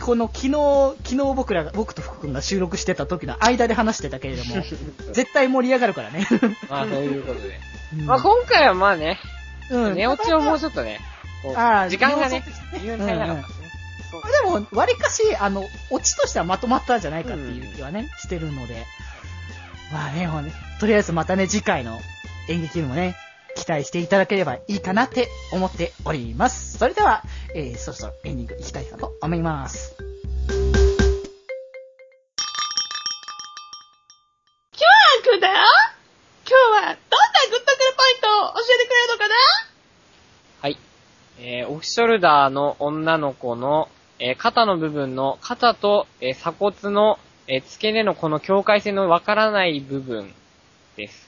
[SPEAKER 1] この昨日、昨日僕らが、僕と福君が収録してた時の間で話してたけれど
[SPEAKER 3] (laughs)
[SPEAKER 1] も、絶対盛り上がるからね。
[SPEAKER 3] まあ、そういうことで。
[SPEAKER 1] うん
[SPEAKER 3] まあ、今回はまあね、
[SPEAKER 1] うん
[SPEAKER 3] 寝落ちをもうちょっとね、こう
[SPEAKER 1] あー
[SPEAKER 3] 時間がね
[SPEAKER 1] 寝落ちして、ね
[SPEAKER 3] 自由に入らなかったですね。
[SPEAKER 1] これでも、割かし、あの、オチとしてはまとまったんじゃないかっていう気はね、してるので。まあね、もうね、とりあえずまたね、次回の演劇にもね、期待していただければいいかなって思っております。それでは、えー、そろそろエンディングいきたいかと思います。
[SPEAKER 6] 今日だよ今日はどんなグッとくるポイントを教えてくれるのかな
[SPEAKER 3] はい。えー、オフショルダーの女の子の、えー肩の部分の、肩と、えー鎖骨の、えー付け根のこの境界線のわからない部分です。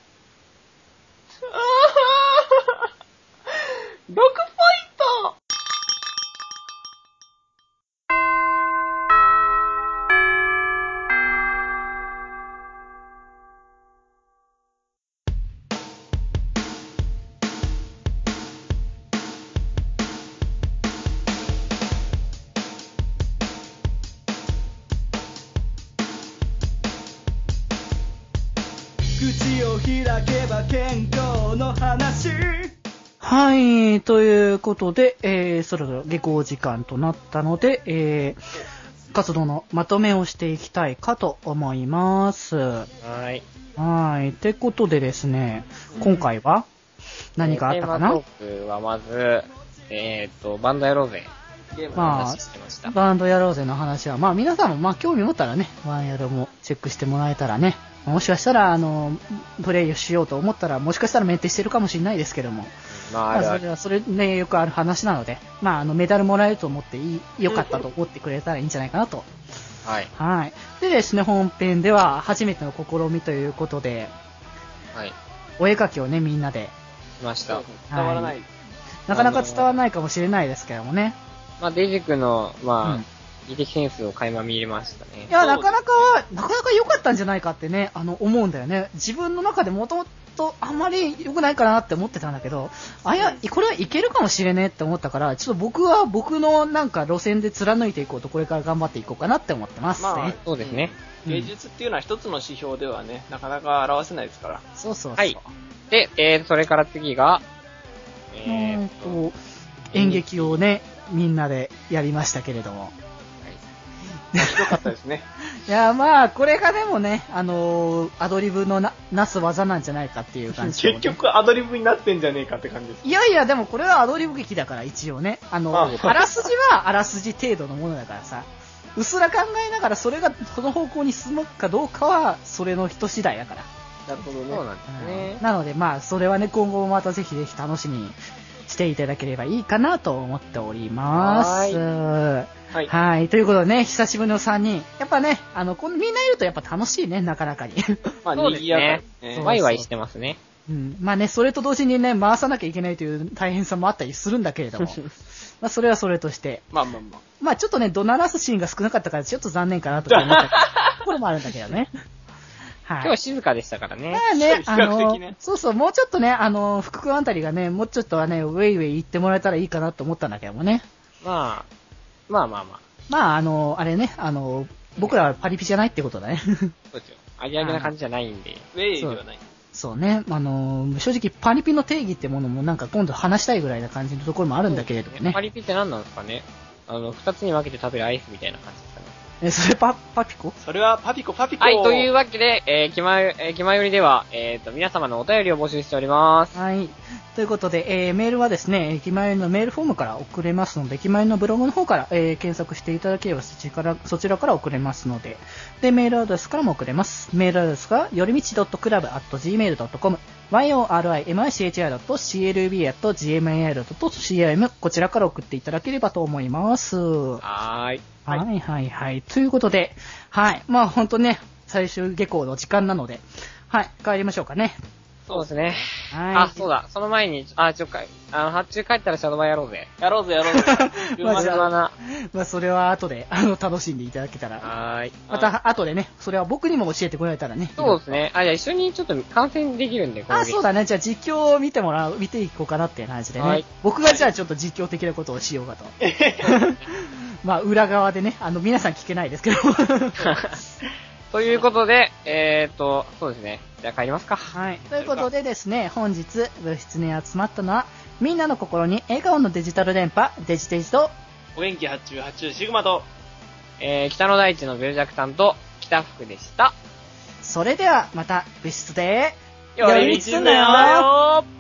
[SPEAKER 6] あー !6 ポイント
[SPEAKER 1] はい、ということで、えー、そろそろ下校時間となったので、えー、活動のまとめをしていきたいかと思います。は
[SPEAKER 3] はい。
[SPEAKER 1] ーい、てことでですね、今回は何かあったか
[SPEAKER 3] え
[SPEAKER 1] な、
[SPEAKER 3] ーテーマトークはまず、えー、と、バンドやろうぜ。
[SPEAKER 2] ゲームの
[SPEAKER 1] まあ
[SPEAKER 2] 話してました。
[SPEAKER 1] バンドやろうぜの話は、まあ皆さんもまあ興味持ったらね、ワンヤロもチェックしてもらえたらね、もしかしたら、あの、プレイをしようと思ったら、もしかしたらメンテしてるかもしれないですけども、
[SPEAKER 3] まあ、
[SPEAKER 1] ま
[SPEAKER 3] あ
[SPEAKER 1] あ
[SPEAKER 3] るあ
[SPEAKER 1] それ
[SPEAKER 3] る。
[SPEAKER 1] はそれね、よくある話なので、まああの、メダルもらえると思っていい、よかったと思ってくれたらいいんじゃないかなと。
[SPEAKER 3] はい。
[SPEAKER 1] はい。でですね、本編では初めての試みということで、
[SPEAKER 3] はい。
[SPEAKER 1] お絵描きをね、みんなで、
[SPEAKER 3] しました。
[SPEAKER 2] 伝わらない。
[SPEAKER 1] なかなか伝わらないかもしれないですけどもね。
[SPEAKER 3] まあ、デジ君の、まあ、
[SPEAKER 1] うん
[SPEAKER 3] 技的センスを垣間見入れましたね
[SPEAKER 1] い。や、
[SPEAKER 2] そうです
[SPEAKER 1] なか
[SPEAKER 2] ね
[SPEAKER 1] なかは、なかなか良かったんじゃないかってね、あの、思うんだよね。自分の中でもともとあんまり良くないかなって思ってたんだけど、あや、これはいけるかもしれねえって思ったから、ちょっと僕は僕のなんか路線で貫いていこうと、これから頑張っていこうかなって思ってますね。
[SPEAKER 2] まあ
[SPEAKER 3] そうですね。
[SPEAKER 1] うん
[SPEAKER 2] 芸術っていうのは一つの指標ではね、なかなか表せないですから。
[SPEAKER 1] そうそうそう。
[SPEAKER 3] はいで、えー、それから次が、え
[SPEAKER 1] え
[SPEAKER 3] ー
[SPEAKER 1] っ
[SPEAKER 3] っと、
[SPEAKER 1] と、演劇をね、みんなでやりましたけれども。
[SPEAKER 2] よかったですね。
[SPEAKER 1] いや、まあ、これがでもね、あのーアドリブのな、なす技なんじゃないかっていう感じ、
[SPEAKER 2] 結局アドリブになってんじゃねえかって感じです。
[SPEAKER 1] いやいや、でもこれはアドリブ劇だから、一応ね。あの、
[SPEAKER 2] あ
[SPEAKER 1] あらすじはあらすじ程度のものだからさ。うすら考えながら、それがその方向に進むかどうかは、それの人次第だから。
[SPEAKER 2] なるほど
[SPEAKER 3] そうなんですね。
[SPEAKER 1] なので、まあ、それはね、今後もまたぜひぜひ楽しみにしていただければいいかなと思っております。
[SPEAKER 2] は
[SPEAKER 1] はいい。ということでね、久しぶりの3人。やっぱね、あの、このみんないるとやっぱ楽しいね、なかなかに。
[SPEAKER 2] まあ、
[SPEAKER 3] そうです
[SPEAKER 2] 賑
[SPEAKER 3] ね
[SPEAKER 2] やかです
[SPEAKER 1] そう
[SPEAKER 2] ね。
[SPEAKER 3] ワイワイしてますね。
[SPEAKER 1] うん、まあね、それと同時にね、回さなきゃいけないという大変さもあったりするんだけれども、まあそれはそれとして、
[SPEAKER 2] まあまあまあ。
[SPEAKER 1] まあちょっとね、怒鳴らすシーンが少なかったから、ちょっと残念かなとか思ったところもあるんだけどね。はい。
[SPEAKER 3] 今日は静かでしたからね
[SPEAKER 1] ま。あね、
[SPEAKER 2] そう
[SPEAKER 1] あ
[SPEAKER 2] です比較
[SPEAKER 1] の
[SPEAKER 2] 的ね、
[SPEAKER 1] そうそう、もうちょっとね、あの、福君あたりがね、もうちょっとはね、ウェイウェイ行ってもらえたらいいかなと思ったんだけどもね。
[SPEAKER 3] まあ、まあまあまあ。
[SPEAKER 1] まあ、あの、あれね、あの、僕らはパリピじゃないってことだね。 (laughs)
[SPEAKER 3] そうですよ。あげあげな感じじゃないんで。
[SPEAKER 2] ウェイではない。
[SPEAKER 1] そうね、あの、正直パリピの定義ってものもなんか今度話したいぐらいな感じのところもあるんだけれどもね
[SPEAKER 3] パ。リピって何なんですかねあの、二つに分けて食べるアイスみたいな感じですかね。
[SPEAKER 1] え、それパ、パピコ
[SPEAKER 2] それはパピコパピコ。
[SPEAKER 3] はい、というわけで、えー、気まよ、えー、気まよりでは、えーと、皆様のお便りを募集しております。
[SPEAKER 1] はい。ということで、えーメールはですね、駅前のメールフォームから送れますので、駅前のブログの方から、えー検索していただければそちらから、そちらから送れますので、で、メールアドレスからも送れます。メールアドレスが、よりみち .club.gmail.com、yorimichi.clb.gmail.com、こちらから送っていただければと思います。
[SPEAKER 3] はーい。
[SPEAKER 1] はい、はい、はい、ということで、はい。まあ、ほんとね、最終下校の時間なので、はい、帰りましょうかね。
[SPEAKER 3] そうですね。
[SPEAKER 1] はい。
[SPEAKER 3] あ、そうだ。その前に、あ、ちょっかい、あの、発注帰ったらシャドバやろうぜ。
[SPEAKER 2] やろうぜやろう
[SPEAKER 1] (laughs)
[SPEAKER 2] ぜ。
[SPEAKER 1] マ
[SPEAKER 3] マ
[SPEAKER 1] ジ
[SPEAKER 3] ジ
[SPEAKER 1] だ
[SPEAKER 3] だな。
[SPEAKER 1] (laughs) まあ、それは後で、あの、楽しんでいただけたら。
[SPEAKER 3] はーい。
[SPEAKER 1] また、後でね、それは僕にも教えてもらえたらね。
[SPEAKER 3] そうですね。あ、じゃあ一緒にちょっと観戦できるんで、この
[SPEAKER 1] あ、
[SPEAKER 3] ゲー
[SPEAKER 1] そうだね。じゃあ実況を見てもらう、見ていこうかなっていう感じでね。
[SPEAKER 3] はい
[SPEAKER 1] 僕がじゃあちょっと実況的なことをしよう
[SPEAKER 3] (laughs)
[SPEAKER 1] かと。 (laughs) まあ、裏側でね、あの、皆さん聞けないですけど。
[SPEAKER 3] (laughs) ということで、えーと、そうですね。じゃあ帰りますか。
[SPEAKER 1] はい。ということでですね、本日、部室に集まったのは、みんなの心に笑顔のデジタル電波、デジデジと、
[SPEAKER 2] お元気発注発注シグマと。
[SPEAKER 3] えー、北の大地の病弱さんと、北福でした。
[SPEAKER 1] それではまた部室で、
[SPEAKER 2] 寄り道すんなよ